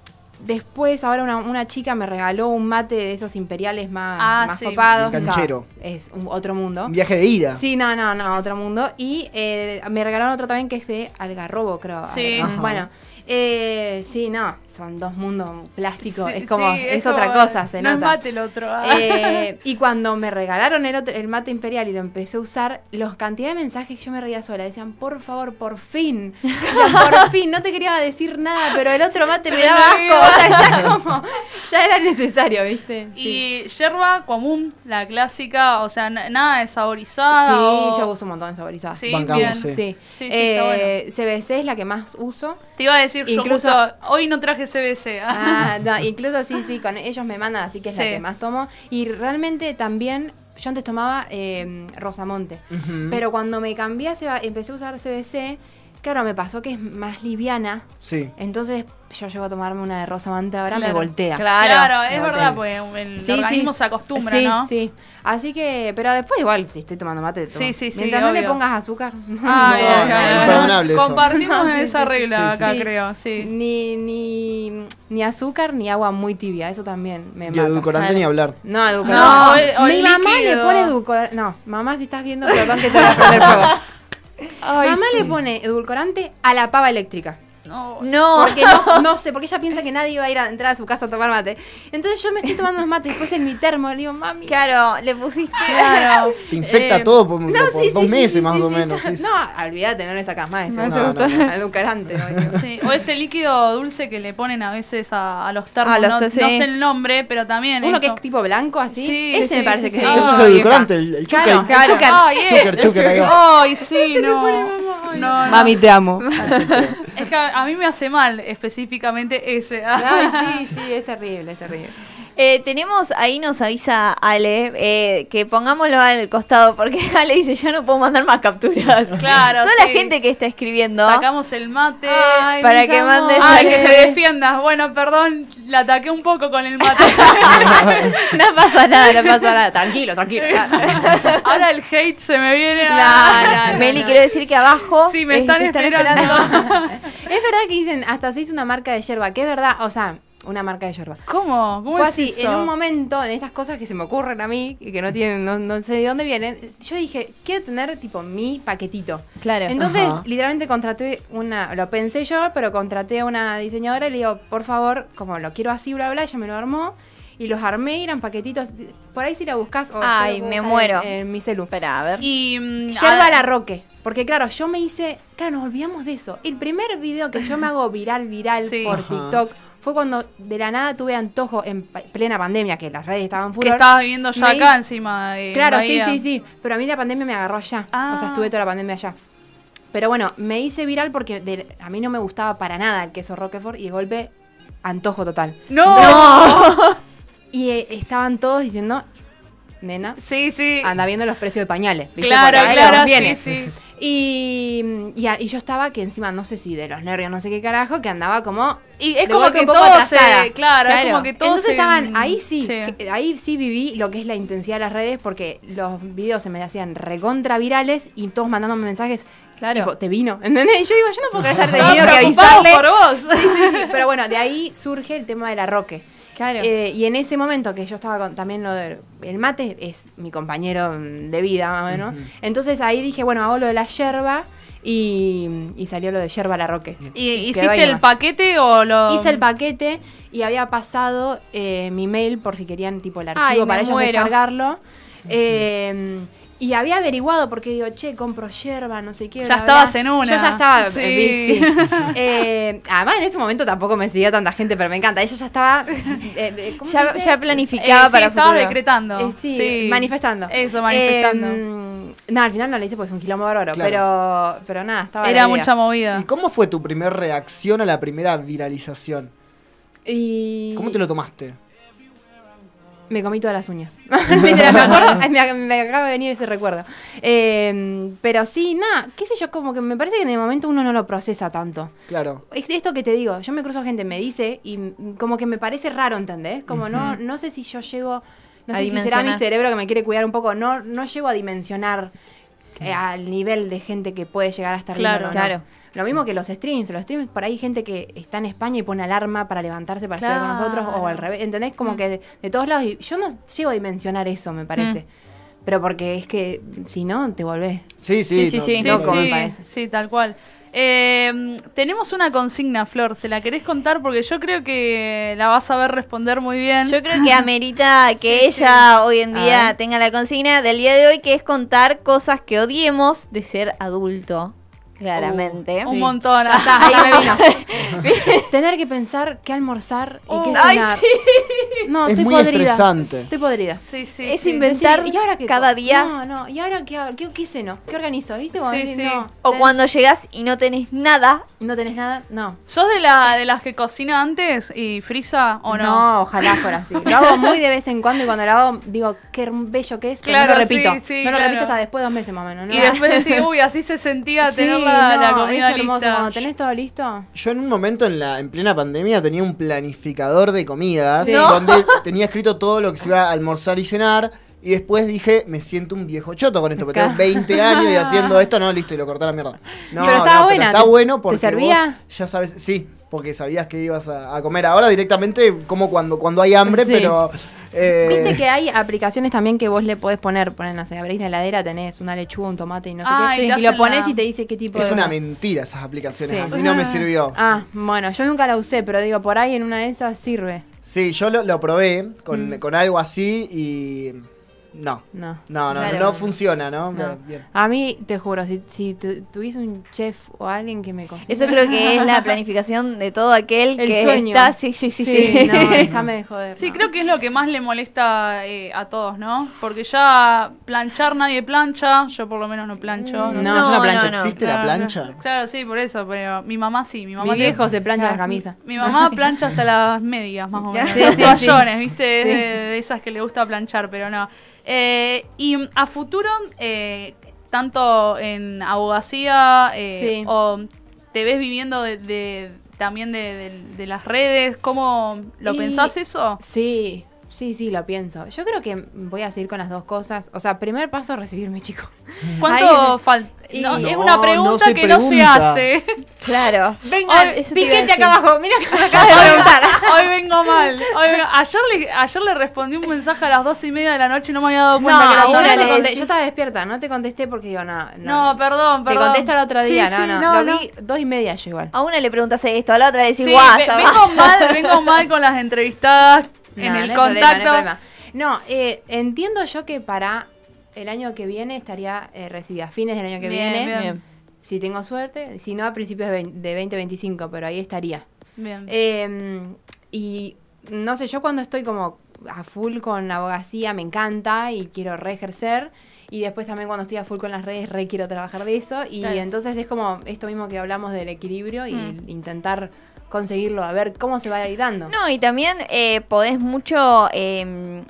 [SPEAKER 2] después, ahora una, una chica me regaló un mate de esos imperiales más,
[SPEAKER 1] Ah,
[SPEAKER 2] más
[SPEAKER 1] sí.
[SPEAKER 2] copados.
[SPEAKER 3] Un canchero.
[SPEAKER 2] No, es un- otro mundo.
[SPEAKER 3] Un viaje de ida.
[SPEAKER 2] Sí, no, no, no, otro mundo. Y eh, me regalaron otro también que es de Algarrobo, creo.
[SPEAKER 1] Sí.
[SPEAKER 2] Algarrobo.
[SPEAKER 3] Ajá.
[SPEAKER 2] Bueno, eh, sí, no, son dos mundos plásticos.
[SPEAKER 1] Sí,
[SPEAKER 2] es como,
[SPEAKER 1] sí,
[SPEAKER 2] es, otra
[SPEAKER 1] como-
[SPEAKER 2] cosa, se
[SPEAKER 1] no
[SPEAKER 2] nota.
[SPEAKER 1] es mate el otro. ah.
[SPEAKER 2] Eh, y cuando me regalaron el, otro- el mate imperial y lo empecé a usar, los cantidad de mensajes que yo me reía sola decían, por favor, por
[SPEAKER 1] [LAUGHS]
[SPEAKER 2] fin. Decían, por fin, no te quería decir nada, pero el otro mate me daba
[SPEAKER 1] [LAUGHS]
[SPEAKER 2] asco. O sea, ya como, ya era necesario, ¿viste? Sí.
[SPEAKER 1] Y yerba común, la clásica, o sea, na- nada de saborizada. o-
[SPEAKER 2] Sí, yo uso un montón de saborizadas.
[SPEAKER 1] Sí,
[SPEAKER 3] Bancamos,
[SPEAKER 1] bien.
[SPEAKER 3] sí.
[SPEAKER 2] Sí.
[SPEAKER 1] Sí, sí, está bueno.
[SPEAKER 2] Eh, CBC es la que más
[SPEAKER 1] [LAUGHS]
[SPEAKER 2] uso.
[SPEAKER 1] Te iba a decir,
[SPEAKER 2] Incluso-
[SPEAKER 1] yo justo hoy no traje CBC. ah.
[SPEAKER 2] Ah, no, incluso sí, sí, con ellos me mandan, así que es
[SPEAKER 1] Sí.
[SPEAKER 2] la que más tomo. Y realmente también, yo antes tomaba eh, Rosamonte,
[SPEAKER 3] Ujú.
[SPEAKER 2] pero cuando me cambié, a CBA empecé a usar CBC, claro, me pasó que es más liviana,
[SPEAKER 3] Sí.
[SPEAKER 2] entonces yo llego a tomarme una de Rosamonte ahora,
[SPEAKER 1] Claro.
[SPEAKER 2] me voltea.
[SPEAKER 4] Claro.
[SPEAKER 1] Claro, es
[SPEAKER 3] no
[SPEAKER 1] verdad,
[SPEAKER 3] sé.
[SPEAKER 1] porque el
[SPEAKER 2] Sí,
[SPEAKER 1] organismo
[SPEAKER 2] sí.
[SPEAKER 1] se acostumbra,
[SPEAKER 2] Sí,
[SPEAKER 1] ¿no?
[SPEAKER 2] Sí, así que, pero después igual, si estoy tomando mate,
[SPEAKER 1] Sí,
[SPEAKER 2] tomo.
[SPEAKER 1] sí, sí,
[SPEAKER 2] mientras no le
[SPEAKER 1] obvio.
[SPEAKER 2] pongas azúcar.
[SPEAKER 1] Ay,
[SPEAKER 2] [LAUGHS]
[SPEAKER 3] No,
[SPEAKER 1] ay,
[SPEAKER 3] no,
[SPEAKER 1] ay, ay.
[SPEAKER 3] imperdonable eso.
[SPEAKER 1] Ah, Compartimos
[SPEAKER 2] No, sí,
[SPEAKER 1] esa
[SPEAKER 2] sí,
[SPEAKER 1] regla
[SPEAKER 3] sí,
[SPEAKER 1] acá,
[SPEAKER 2] sí.
[SPEAKER 1] creo, sí.
[SPEAKER 2] Ni, ni, ni azúcar ni agua muy tibia, eso también me
[SPEAKER 3] Y
[SPEAKER 2] mata.
[SPEAKER 3] edulcorante ni hablar.
[SPEAKER 2] No,
[SPEAKER 1] No,
[SPEAKER 2] edulcorante.
[SPEAKER 1] o- o
[SPEAKER 2] Mi
[SPEAKER 1] el
[SPEAKER 2] mamá
[SPEAKER 1] líquido.
[SPEAKER 2] le pone edulcorante. No, mamá, si estás viendo, perdón que te voy a
[SPEAKER 1] [LAUGHS]
[SPEAKER 2] prender fuego. mamá le pone edulcorante a la pava eléctrica.
[SPEAKER 1] No.
[SPEAKER 4] No.
[SPEAKER 2] Porque no, no sé, porque ella piensa que nadie va a ir a entrar a su casa a tomar mate. Entonces yo me estoy tomando unos mates después en mi termo. Le digo, mami.
[SPEAKER 4] Claro,
[SPEAKER 1] [LAUGHS]
[SPEAKER 4] le pusiste.
[SPEAKER 1] Claro.
[SPEAKER 3] Te infecta
[SPEAKER 2] eh,
[SPEAKER 3] todo por, por
[SPEAKER 2] sí, sí,
[SPEAKER 3] dos
[SPEAKER 2] sí,
[SPEAKER 3] meses
[SPEAKER 2] sí,
[SPEAKER 3] más
[SPEAKER 2] sí,
[SPEAKER 3] o
[SPEAKER 2] sí.
[SPEAKER 3] menos. sí, sí.
[SPEAKER 2] No, olvídate, no le sacas más ese
[SPEAKER 3] No,
[SPEAKER 2] gusto.
[SPEAKER 3] no, no.
[SPEAKER 2] Edulcorante. no,
[SPEAKER 1] [LAUGHS]
[SPEAKER 2] digo.
[SPEAKER 1] Sí, eh, o ese líquido dulce que le ponen a veces a, a los termos,
[SPEAKER 4] A los
[SPEAKER 1] no,
[SPEAKER 4] te-
[SPEAKER 1] no
[SPEAKER 4] sí.
[SPEAKER 1] sé el nombre, pero también...
[SPEAKER 2] Uno que
[SPEAKER 1] esto-
[SPEAKER 2] es tipo blanco así.
[SPEAKER 1] Sí,
[SPEAKER 2] ese
[SPEAKER 1] sí,
[SPEAKER 2] me
[SPEAKER 1] sí,
[SPEAKER 2] parece
[SPEAKER 1] sí,
[SPEAKER 2] que
[SPEAKER 1] sí.
[SPEAKER 3] Eso es
[SPEAKER 2] vieja.
[SPEAKER 3] edulcorante, el, el chuca.
[SPEAKER 2] Claro,
[SPEAKER 1] Claro.
[SPEAKER 2] Chúcar.
[SPEAKER 1] Ay, eh.
[SPEAKER 3] Chúcar, chúcar, ahí
[SPEAKER 1] [LAUGHS]
[SPEAKER 3] va.
[SPEAKER 1] Ay, sí, no. No, no.
[SPEAKER 2] Mami, te amo.
[SPEAKER 1] Es que a a mí me hace mal específicamente ese. [LAUGHS]
[SPEAKER 2] Ay, sí, sí, es terrible, es terrible.
[SPEAKER 4] Eh, tenemos, ahí nos avisa Ale, eh, que pongámoslo al costado, porque [LAUGHS] Ale dice, ya no puedo mandar más capturas.
[SPEAKER 1] Claro,
[SPEAKER 4] Toda la
[SPEAKER 1] sí.
[SPEAKER 4] gente que está escribiendo.
[SPEAKER 1] Sacamos el mate.
[SPEAKER 2] Ay,
[SPEAKER 4] para
[SPEAKER 2] mis
[SPEAKER 4] que mandes-
[SPEAKER 1] Ay, que
[SPEAKER 2] amores.
[SPEAKER 1] te
[SPEAKER 4] [LAUGHS]
[SPEAKER 1] defiendas. Bueno, perdón, la ataqué un poco con el mate.
[SPEAKER 2] No pasa nada, no pasa nada. Tranquilo, tranquilo. [LAUGHS]
[SPEAKER 1] Ahora el hate se me viene. a-
[SPEAKER 2] No, no,
[SPEAKER 4] Meli,
[SPEAKER 2] no.
[SPEAKER 4] quiero decir que abajo.
[SPEAKER 1] Sí, me
[SPEAKER 4] eh,
[SPEAKER 1] están [LAUGHS]
[SPEAKER 4] te
[SPEAKER 1] esperando.
[SPEAKER 2] Es verdad que dicen, hasta se hizo una marca de yerba, que es verdad, o sea, una marca de yerba.
[SPEAKER 1] ¿Cómo? ¿Cómo
[SPEAKER 2] Fue
[SPEAKER 1] es
[SPEAKER 2] así,
[SPEAKER 1] eso?
[SPEAKER 2] en un momento, en estas cosas que se me ocurren a mí, y que no tienen, no, no sé de dónde vienen, yo dije, quiero tener tipo mi paquetito.
[SPEAKER 4] Claro.
[SPEAKER 2] Entonces,
[SPEAKER 3] Ajá.
[SPEAKER 2] literalmente contraté una, lo pensé yo, pero contraté a una diseñadora y le digo, por favor, como lo quiero así, bla, bla, ella me lo armó. Y los armé, eran paquetitos. Por ahí si la buscas o yo
[SPEAKER 4] Ay,
[SPEAKER 2] lo
[SPEAKER 4] me
[SPEAKER 2] busco
[SPEAKER 4] muero.
[SPEAKER 2] En, en mi celu.
[SPEAKER 4] Espera, a ver.
[SPEAKER 1] Y, mm,
[SPEAKER 2] Yerba
[SPEAKER 1] a-
[SPEAKER 2] la Roque. Porque claro, yo me hice, claro, nos olvidamos de eso. El primer video que yo me hago viral, viral
[SPEAKER 1] Sí.
[SPEAKER 2] por
[SPEAKER 3] Ajá.
[SPEAKER 2] TikTok fue cuando de la nada tuve antojo en pa- plena pandemia, que las redes estaban full.
[SPEAKER 1] que estabas viviendo ya
[SPEAKER 2] Me
[SPEAKER 1] acá
[SPEAKER 2] hice-
[SPEAKER 1] encima. eh, en
[SPEAKER 2] Claro, sí,
[SPEAKER 1] Bahía.
[SPEAKER 2] sí, sí. Pero a mí la pandemia me agarró allá.
[SPEAKER 1] Ah.
[SPEAKER 2] O sea, estuve toda la pandemia allá. Pero bueno, me hice viral porque de- a mí no me gustaba para nada el queso Roquefort y de golpe antojo total.
[SPEAKER 1] ¡No! [LAUGHS]
[SPEAKER 2] Y eh, estaban todos diciendo, nena,
[SPEAKER 1] Sí, sí.
[SPEAKER 2] anda viendo los precios de pañales. Ah, ¿viste?
[SPEAKER 1] Claro,
[SPEAKER 2] Porque ahí
[SPEAKER 1] claro,
[SPEAKER 2] nos viene.
[SPEAKER 1] sí,
[SPEAKER 2] [LAUGHS]
[SPEAKER 1] sí.
[SPEAKER 2] Y, y, a- y yo estaba que encima, no sé si de los nervios, no sé qué carajo, que andaba como...
[SPEAKER 1] Y es
[SPEAKER 2] de
[SPEAKER 1] como
[SPEAKER 2] golpe
[SPEAKER 1] que
[SPEAKER 2] un poco
[SPEAKER 1] todo se.
[SPEAKER 2] atrasada.
[SPEAKER 1] Claro, es
[SPEAKER 4] Claro.
[SPEAKER 1] como que todo
[SPEAKER 2] Entonces
[SPEAKER 1] se-
[SPEAKER 2] estaban, ahí sí,
[SPEAKER 1] Sí.
[SPEAKER 2] je- ahí sí viví lo que es la intensidad de las redes porque los videos se me hacían recontra virales y todos mandándome mensajes.
[SPEAKER 4] Claro.
[SPEAKER 2] Tipo, te vino, [LAUGHS] ¿entendés? Y yo digo, yo no puedo
[SPEAKER 1] [LAUGHS]
[SPEAKER 2] creer estar
[SPEAKER 1] Estaban
[SPEAKER 2] tenido que
[SPEAKER 1] preocupados
[SPEAKER 2] avisarle.
[SPEAKER 1] por vos.
[SPEAKER 2] Sí, sí, sí. Pero bueno, de ahí surge el tema de la roque.
[SPEAKER 4] Claro.
[SPEAKER 2] Eh, y en ese momento que yo estaba con también lo del el mate, es mi compañero mm, de vida, más o menos. Entonces ahí dije, bueno, hago lo de la yerba y, y salió lo de yerba la roque.
[SPEAKER 1] ¿Y,
[SPEAKER 2] quedó
[SPEAKER 1] ¿Hiciste
[SPEAKER 2] ahí
[SPEAKER 1] el
[SPEAKER 2] nomás.
[SPEAKER 1] paquete o lo.? eh,
[SPEAKER 2] Hice el paquete y había pasado eh, mi mail por si querían tipo el archivo
[SPEAKER 4] Ay, me
[SPEAKER 2] para ellos
[SPEAKER 4] muero.
[SPEAKER 2] descargarlo. Eh, y había averiguado porque digo, che, compro yerba, no sé qué.
[SPEAKER 1] Ya
[SPEAKER 2] bla, bla,
[SPEAKER 1] estabas
[SPEAKER 2] bla.
[SPEAKER 1] en una.
[SPEAKER 2] Yo ya estaba.
[SPEAKER 1] Sí.
[SPEAKER 2] eh, vi- sí.
[SPEAKER 1] [LAUGHS]
[SPEAKER 2] Eh, además, en ese momento tampoco me seguía tanta gente, pero me encanta. Ella ya estaba. eh, eh, ¿cómo se
[SPEAKER 4] Ya,
[SPEAKER 2] dice?
[SPEAKER 4] ya
[SPEAKER 1] Eh,
[SPEAKER 4] planificaba
[SPEAKER 1] sí,
[SPEAKER 4] para
[SPEAKER 1] estabas
[SPEAKER 4] futuro.
[SPEAKER 1] decretando.
[SPEAKER 2] Eh, sí, manifestando.
[SPEAKER 1] Eso, manifestando.
[SPEAKER 2] Eh, nada, al final no le hice porque es un quilombo bárbaro,
[SPEAKER 3] Claro.
[SPEAKER 2] pero, pero nada, estaba. la
[SPEAKER 1] Era
[SPEAKER 2] idea.
[SPEAKER 1] mucha movida.
[SPEAKER 3] ¿Y cómo fue tu primera reacción a la primera viralización?
[SPEAKER 2] Y-
[SPEAKER 3] ¿Cómo te lo tomaste?
[SPEAKER 2] Me comí todas las uñas. [LAUGHS] Literal, me acuerdo, ay, me, me acaba de venir ese recuerdo. Eh, pero sí, nada, qué sé yo, como que me parece que en el momento uno no lo procesa tanto.
[SPEAKER 3] Claro.
[SPEAKER 2] Es esto que te digo, yo me cruzo gente, me dice, y mm, como que me parece raro, ¿entendés? Como no, no sé si yo llego, no
[SPEAKER 4] A
[SPEAKER 2] sé si será mi
[SPEAKER 4] dimensionar.
[SPEAKER 2] cerebro que me quiere cuidar un poco, no, no llego a dimensionar eh, al nivel de gente que puede llegar a estar
[SPEAKER 1] Claro,
[SPEAKER 2] viéndolo, ¿no?
[SPEAKER 4] claro.
[SPEAKER 2] Lo mismo que los streams, los streams, por ahí hay gente que está en España y pone alarma para levantarse para estar con nosotros, o
[SPEAKER 1] Claro.
[SPEAKER 2] al revés, ¿entendés? Como
[SPEAKER 4] Mm.
[SPEAKER 2] que de, de todos lados, y yo no llego a dimensionar eso, me parece.
[SPEAKER 4] Mm.
[SPEAKER 2] Pero porque es que, si no, te volvés.
[SPEAKER 3] Sí, sí,
[SPEAKER 4] Sí, sí,
[SPEAKER 3] no,
[SPEAKER 4] sí.
[SPEAKER 1] Sí,
[SPEAKER 2] loco, me
[SPEAKER 1] sí,
[SPEAKER 2] parece.
[SPEAKER 1] sí, tal cual. Eh, tenemos una consigna, Flor. ¿Se la querés contar? Porque yo creo que la vas a ver responder muy bien.
[SPEAKER 4] Yo creo que amerita que
[SPEAKER 1] Sí, sí.
[SPEAKER 4] ella hoy en
[SPEAKER 2] A
[SPEAKER 4] día
[SPEAKER 2] ver.
[SPEAKER 4] tenga la consigna del día de hoy, que es contar cosas que odiemos de ser adulto, claramente.
[SPEAKER 2] ¿eh?
[SPEAKER 1] Oh, Un montón.
[SPEAKER 2] Tener que pensar qué almorzar y
[SPEAKER 1] Oh.
[SPEAKER 2] qué
[SPEAKER 1] Ay,
[SPEAKER 2] cenar. No,
[SPEAKER 3] Es
[SPEAKER 2] estoy
[SPEAKER 3] muy
[SPEAKER 2] podrida.
[SPEAKER 3] estresante.
[SPEAKER 2] Estoy podrida.
[SPEAKER 1] Sí, sí.
[SPEAKER 4] Es
[SPEAKER 1] sí.
[SPEAKER 4] inven- Inventar
[SPEAKER 2] Decís, ¿y ahora qué
[SPEAKER 4] cada
[SPEAKER 2] co-
[SPEAKER 4] día?
[SPEAKER 2] No, no, ¿y ahora qué, hago? qué, qué ceno? ¿Qué organizo? ¿Viste? Como
[SPEAKER 1] Sí,
[SPEAKER 2] decís,
[SPEAKER 1] sí.
[SPEAKER 2] No,
[SPEAKER 4] O
[SPEAKER 2] ten-
[SPEAKER 4] cuando llegas y no tenés nada.
[SPEAKER 2] no tenés nada, no.
[SPEAKER 1] ¿Sos de, la, de las que cocina antes y frisa o no?
[SPEAKER 2] No, ojalá fuera así. Lo hago muy de vez en cuando y cuando lo hago digo qué bello que es, pero
[SPEAKER 1] Claro,
[SPEAKER 2] no lo
[SPEAKER 1] sí,
[SPEAKER 2] repito.
[SPEAKER 1] sí,
[SPEAKER 2] no lo
[SPEAKER 1] claro.
[SPEAKER 2] repito hasta después de dos meses más o menos. ¿no?
[SPEAKER 1] Y después decís, uy, así se sentía
[SPEAKER 2] Sí,
[SPEAKER 1] tener la,
[SPEAKER 2] no,
[SPEAKER 1] la comida
[SPEAKER 2] es hermoso.
[SPEAKER 1] lista.
[SPEAKER 2] Cuando tenés todo listo.
[SPEAKER 3] Yo en un momento en la en plena pandemia tenía un planificador de comidas
[SPEAKER 1] Sí.
[SPEAKER 3] donde tenía escrito todo lo que se iba a almorzar y cenar y después dije, me siento un viejo choto con esto, porque
[SPEAKER 2] Acá.
[SPEAKER 3] tengo 20 años y haciendo esto, no, listo, y lo corté a la mierda. No,
[SPEAKER 2] Pero estaba
[SPEAKER 3] no,
[SPEAKER 2] buena,
[SPEAKER 3] está
[SPEAKER 2] ¿te-
[SPEAKER 3] bueno
[SPEAKER 2] te
[SPEAKER 3] porque
[SPEAKER 2] servía?
[SPEAKER 3] vos ya sabes, sí, porque sabías que ibas a, a comer. Ahora directamente como cuando, cuando hay hambre,
[SPEAKER 2] Sí.
[SPEAKER 3] pero eh,
[SPEAKER 2] Viste que hay aplicaciones también que vos le podés poner, poner, no sé, abrís la heladera, tenés una lechuga, un tomate y no sé
[SPEAKER 1] Ay,
[SPEAKER 2] qué.
[SPEAKER 1] te
[SPEAKER 2] Y lo
[SPEAKER 1] hacen
[SPEAKER 2] pones
[SPEAKER 1] la-
[SPEAKER 2] y te dice qué tipo
[SPEAKER 3] es
[SPEAKER 2] de.
[SPEAKER 3] una mentira esas aplicaciones.
[SPEAKER 2] Sí.
[SPEAKER 3] A mí no me sirvió.
[SPEAKER 2] Ah, bueno, yo nunca la usé, pero digo, por ahí en una de esas sirve.
[SPEAKER 3] Sí, yo lo, lo probé con,
[SPEAKER 2] Mm.
[SPEAKER 3] con algo así y no.
[SPEAKER 2] No.
[SPEAKER 3] No, no,
[SPEAKER 4] Claro.
[SPEAKER 3] no funciona, ¿no?
[SPEAKER 2] No.
[SPEAKER 3] Bien.
[SPEAKER 2] A mí, te juro, si, si tu- tuviese un chef o alguien que me cocine.
[SPEAKER 4] Eso creo que es la planificación de todo aquel
[SPEAKER 2] El
[SPEAKER 4] que
[SPEAKER 2] sueño.
[SPEAKER 4] está. Sí, sí, sí, sí.
[SPEAKER 2] no, déjame de joder.
[SPEAKER 1] Sí,
[SPEAKER 2] no.
[SPEAKER 1] creo que es lo que más le molesta eh, a todos, ¿no? Porque ya planchar nadie plancha, yo por lo menos no plancho.
[SPEAKER 2] No,
[SPEAKER 1] sé.
[SPEAKER 2] yo no plancho.
[SPEAKER 3] ¿Existe la plancha?
[SPEAKER 2] [LAUGHS]
[SPEAKER 1] Claro, sí, por eso, pero mi mamá sí, mi mamá
[SPEAKER 2] Mi
[SPEAKER 1] le-
[SPEAKER 2] viejo se plancha las camisas.
[SPEAKER 1] Mi
[SPEAKER 2] [LAUGHS]
[SPEAKER 1] mamá plancha hasta las medias, más o menos.
[SPEAKER 2] Sí,
[SPEAKER 1] Los
[SPEAKER 2] sí,
[SPEAKER 1] toallones,
[SPEAKER 2] sí.
[SPEAKER 1] ¿viste? Es
[SPEAKER 2] Sí.
[SPEAKER 1] De, de esas que le gusta planchar, pero no. Eh, y a futuro, eh, tanto en abogacía eh,
[SPEAKER 2] Sí.
[SPEAKER 1] o te ves viviendo de, de- también de, de- de las redes, ¿cómo lo
[SPEAKER 2] Y- [CLEARS THROAT]
[SPEAKER 1] pensás eso?
[SPEAKER 2] Sí, Sí, sí, lo pienso. Yo creo que voy a seguir con las dos cosas. O sea, primer paso, recibirme, chico.
[SPEAKER 1] ¿Cuánto
[SPEAKER 2] Ahí-
[SPEAKER 1] falta?
[SPEAKER 2] y-
[SPEAKER 1] es
[SPEAKER 3] No,
[SPEAKER 1] una pregunta
[SPEAKER 3] no se
[SPEAKER 1] que no se
[SPEAKER 3] pregunta.
[SPEAKER 1] hace.
[SPEAKER 4] [LAUGHS] Claro.
[SPEAKER 2] Venga,
[SPEAKER 4] Oh, eso te iba a
[SPEAKER 2] piquete
[SPEAKER 4] decir.
[SPEAKER 2] acá abajo. Mira que me acabas de preguntar.
[SPEAKER 1] [LAUGHS] Hoy vengo mal. Hoy vengo- Ayer, le, ayer le respondí un mensaje a las doce y media de la noche y no me había dado cuenta
[SPEAKER 2] No,
[SPEAKER 1] que
[SPEAKER 2] y
[SPEAKER 1] era
[SPEAKER 2] yo no
[SPEAKER 1] tarde.
[SPEAKER 2] te conté-
[SPEAKER 4] sí.
[SPEAKER 2] yo estaba despierta, no te contesté porque digo, no, no.
[SPEAKER 1] No, perdón,
[SPEAKER 2] Te
[SPEAKER 1] perdón.
[SPEAKER 2] contesto el otro
[SPEAKER 1] Sí,
[SPEAKER 2] día,
[SPEAKER 1] sí, Oh,
[SPEAKER 2] no, no, Lo vi dos y media yo igual.
[SPEAKER 4] A una le preguntas esto, a la otra le decís
[SPEAKER 1] Sí,
[SPEAKER 4] guasa.
[SPEAKER 1] ve-
[SPEAKER 4] guasa".
[SPEAKER 1] vengo
[SPEAKER 2] [LAUGHS]
[SPEAKER 1] mal, vengo mal con las entrevistadas en
[SPEAKER 2] No,
[SPEAKER 1] el
[SPEAKER 2] no hay problema,
[SPEAKER 1] contacto.
[SPEAKER 2] no hay problema. No, eh, entiendo yo que para el año que viene estaría eh, recibida, fines del año que
[SPEAKER 1] Bien,
[SPEAKER 2] viene.
[SPEAKER 1] bien.
[SPEAKER 2] Si tengo suerte, si no a principios de 20 de 2025, pero ahí estaría.
[SPEAKER 1] Bien.
[SPEAKER 2] Eh, y no sé, yo cuando estoy como a full con la abogacía me encanta y quiero re ejercer. Y después también cuando estoy a full con las redes re quiero trabajar de eso. Y
[SPEAKER 1] Claro.
[SPEAKER 2] entonces es como esto mismo que hablamos del equilibrio y
[SPEAKER 1] Mm.
[SPEAKER 2] intentar conseguirlo, a ver cómo se va a ir dando.
[SPEAKER 4] No, y también eh, podés mucho eh,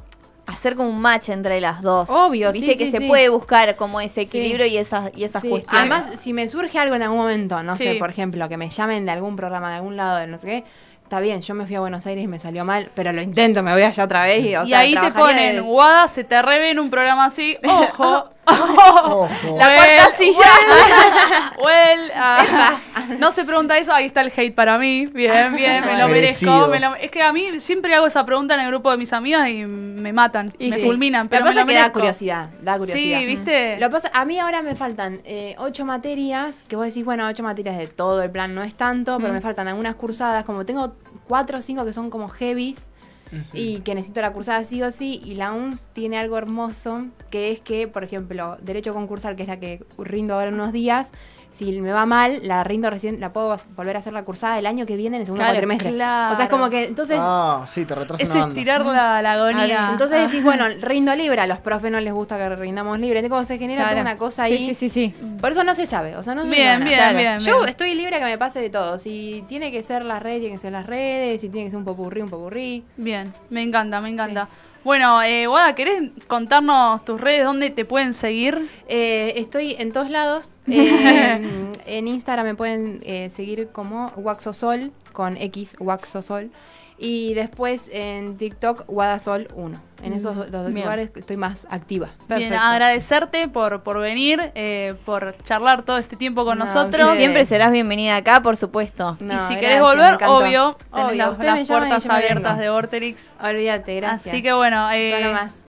[SPEAKER 4] hacer como un match entre las dos.
[SPEAKER 2] Obvio, sí,
[SPEAKER 4] Viste que
[SPEAKER 2] sí,
[SPEAKER 4] se
[SPEAKER 2] sí.
[SPEAKER 4] puede buscar como ese equilibrio
[SPEAKER 2] Sí.
[SPEAKER 4] y esas, y esas
[SPEAKER 2] Sí,
[SPEAKER 4] cuestiones.
[SPEAKER 2] Además, si me surge algo en algún momento, no sé,
[SPEAKER 1] Sí.
[SPEAKER 2] por ejemplo, que me llamen de algún programa, de algún lado, de no sé qué, está bien, yo me fui a Buenos Aires y me salió mal, pero lo intento, me voy allá otra vez y, Eh, o
[SPEAKER 1] y
[SPEAKER 2] sea,
[SPEAKER 1] ahí te
[SPEAKER 2] trabajaría
[SPEAKER 1] ponen,
[SPEAKER 2] de-
[SPEAKER 1] Guada, se te reve en un programa
[SPEAKER 2] [LAUGHS]
[SPEAKER 1] así. Ojo.
[SPEAKER 2] Oh,
[SPEAKER 3] Ojo.
[SPEAKER 4] La cuarta silla.
[SPEAKER 1] Well, well, ah, no se pregunta eso, ahí está el hate para mí. Bien, bien, me lo merezco.
[SPEAKER 3] Merecido.
[SPEAKER 1] me lo- es que a mí siempre hago esa pregunta en el grupo de mis amigas y me matan,
[SPEAKER 2] Y
[SPEAKER 1] me
[SPEAKER 2] sí.
[SPEAKER 1] fulminan.
[SPEAKER 2] Lo
[SPEAKER 1] Pero
[SPEAKER 2] que
[SPEAKER 1] me
[SPEAKER 2] pasa
[SPEAKER 1] lo
[SPEAKER 2] es que da
[SPEAKER 1] merezco.
[SPEAKER 2] curiosidad, da curiosidad. Mm.
[SPEAKER 1] Sí, viste.
[SPEAKER 2] Lo que pasa, a mí ahora me faltan eh, ocho materias, que vos decís, bueno, ocho materias de todo el plan no es tanto,
[SPEAKER 1] Mm.
[SPEAKER 2] pero me faltan algunas cursadas, como tengo cuatro o cinco que son como heavies y que necesito la cursada sí o sí, y la UNS tiene algo hermoso, que es que, por ejemplo, derecho concursal, que es la que rindo ahora en unos días, si me va mal, la rindo recién, la puedo volver a hacer la cursada el año que viene, en el segundo
[SPEAKER 1] Claro,
[SPEAKER 2] cuatrimestre. O sea,
[SPEAKER 1] claro.
[SPEAKER 2] es como que, entonces,
[SPEAKER 3] Ah, sí, te retrasa
[SPEAKER 1] Es
[SPEAKER 3] una banda.
[SPEAKER 1] estirar la, la agonía.
[SPEAKER 2] entonces decís, bueno, rindo libre, a los profes no les gusta que rindamos libre, es como se genera toda una cosa ahí.
[SPEAKER 4] Sí, sí, sí. sí.
[SPEAKER 2] Por eso no se sabe, o sea, no se
[SPEAKER 1] Bien,
[SPEAKER 2] sabe
[SPEAKER 1] bien,
[SPEAKER 2] nada.
[SPEAKER 1] bien,
[SPEAKER 2] Yo
[SPEAKER 1] bien.
[SPEAKER 2] estoy libre a que me pase de todo. Si tiene que ser las redes, tiene que ser las redes, si tiene que ser un popurrí, un popurrí.
[SPEAKER 1] Bien, me encanta, me encanta. Bueno, eh, Guada, ¿querés contarnos tus redes, dónde te pueden seguir?
[SPEAKER 2] Eh, estoy en todos lados. Eh, en Instagram me pueden eh, seguir como Waxosol, con X, Waxosol. Y después en TikTok, Guadasol1. En esos dos, dos
[SPEAKER 4] bien.
[SPEAKER 2] lugares estoy más activa.
[SPEAKER 1] Bien,
[SPEAKER 4] Perfecto.
[SPEAKER 1] agradecerte por, por venir, eh, por charlar todo este tiempo con
[SPEAKER 2] No,
[SPEAKER 1] nosotros.
[SPEAKER 2] ustedes.
[SPEAKER 1] Y
[SPEAKER 4] Siempre serás bienvenida acá, por supuesto.
[SPEAKER 1] si
[SPEAKER 2] No,
[SPEAKER 1] querés
[SPEAKER 2] gracias, me
[SPEAKER 1] volver,
[SPEAKER 2] encantó.
[SPEAKER 1] obvio, tenés
[SPEAKER 2] Obvio,
[SPEAKER 1] las,
[SPEAKER 2] ustedes me
[SPEAKER 1] las
[SPEAKER 2] llaman y
[SPEAKER 1] puertas
[SPEAKER 2] yo me vengo.
[SPEAKER 1] abiertas de Vorterix.
[SPEAKER 2] Olvídate, gracias.
[SPEAKER 1] Así que bueno, eh,
[SPEAKER 2] Solo más.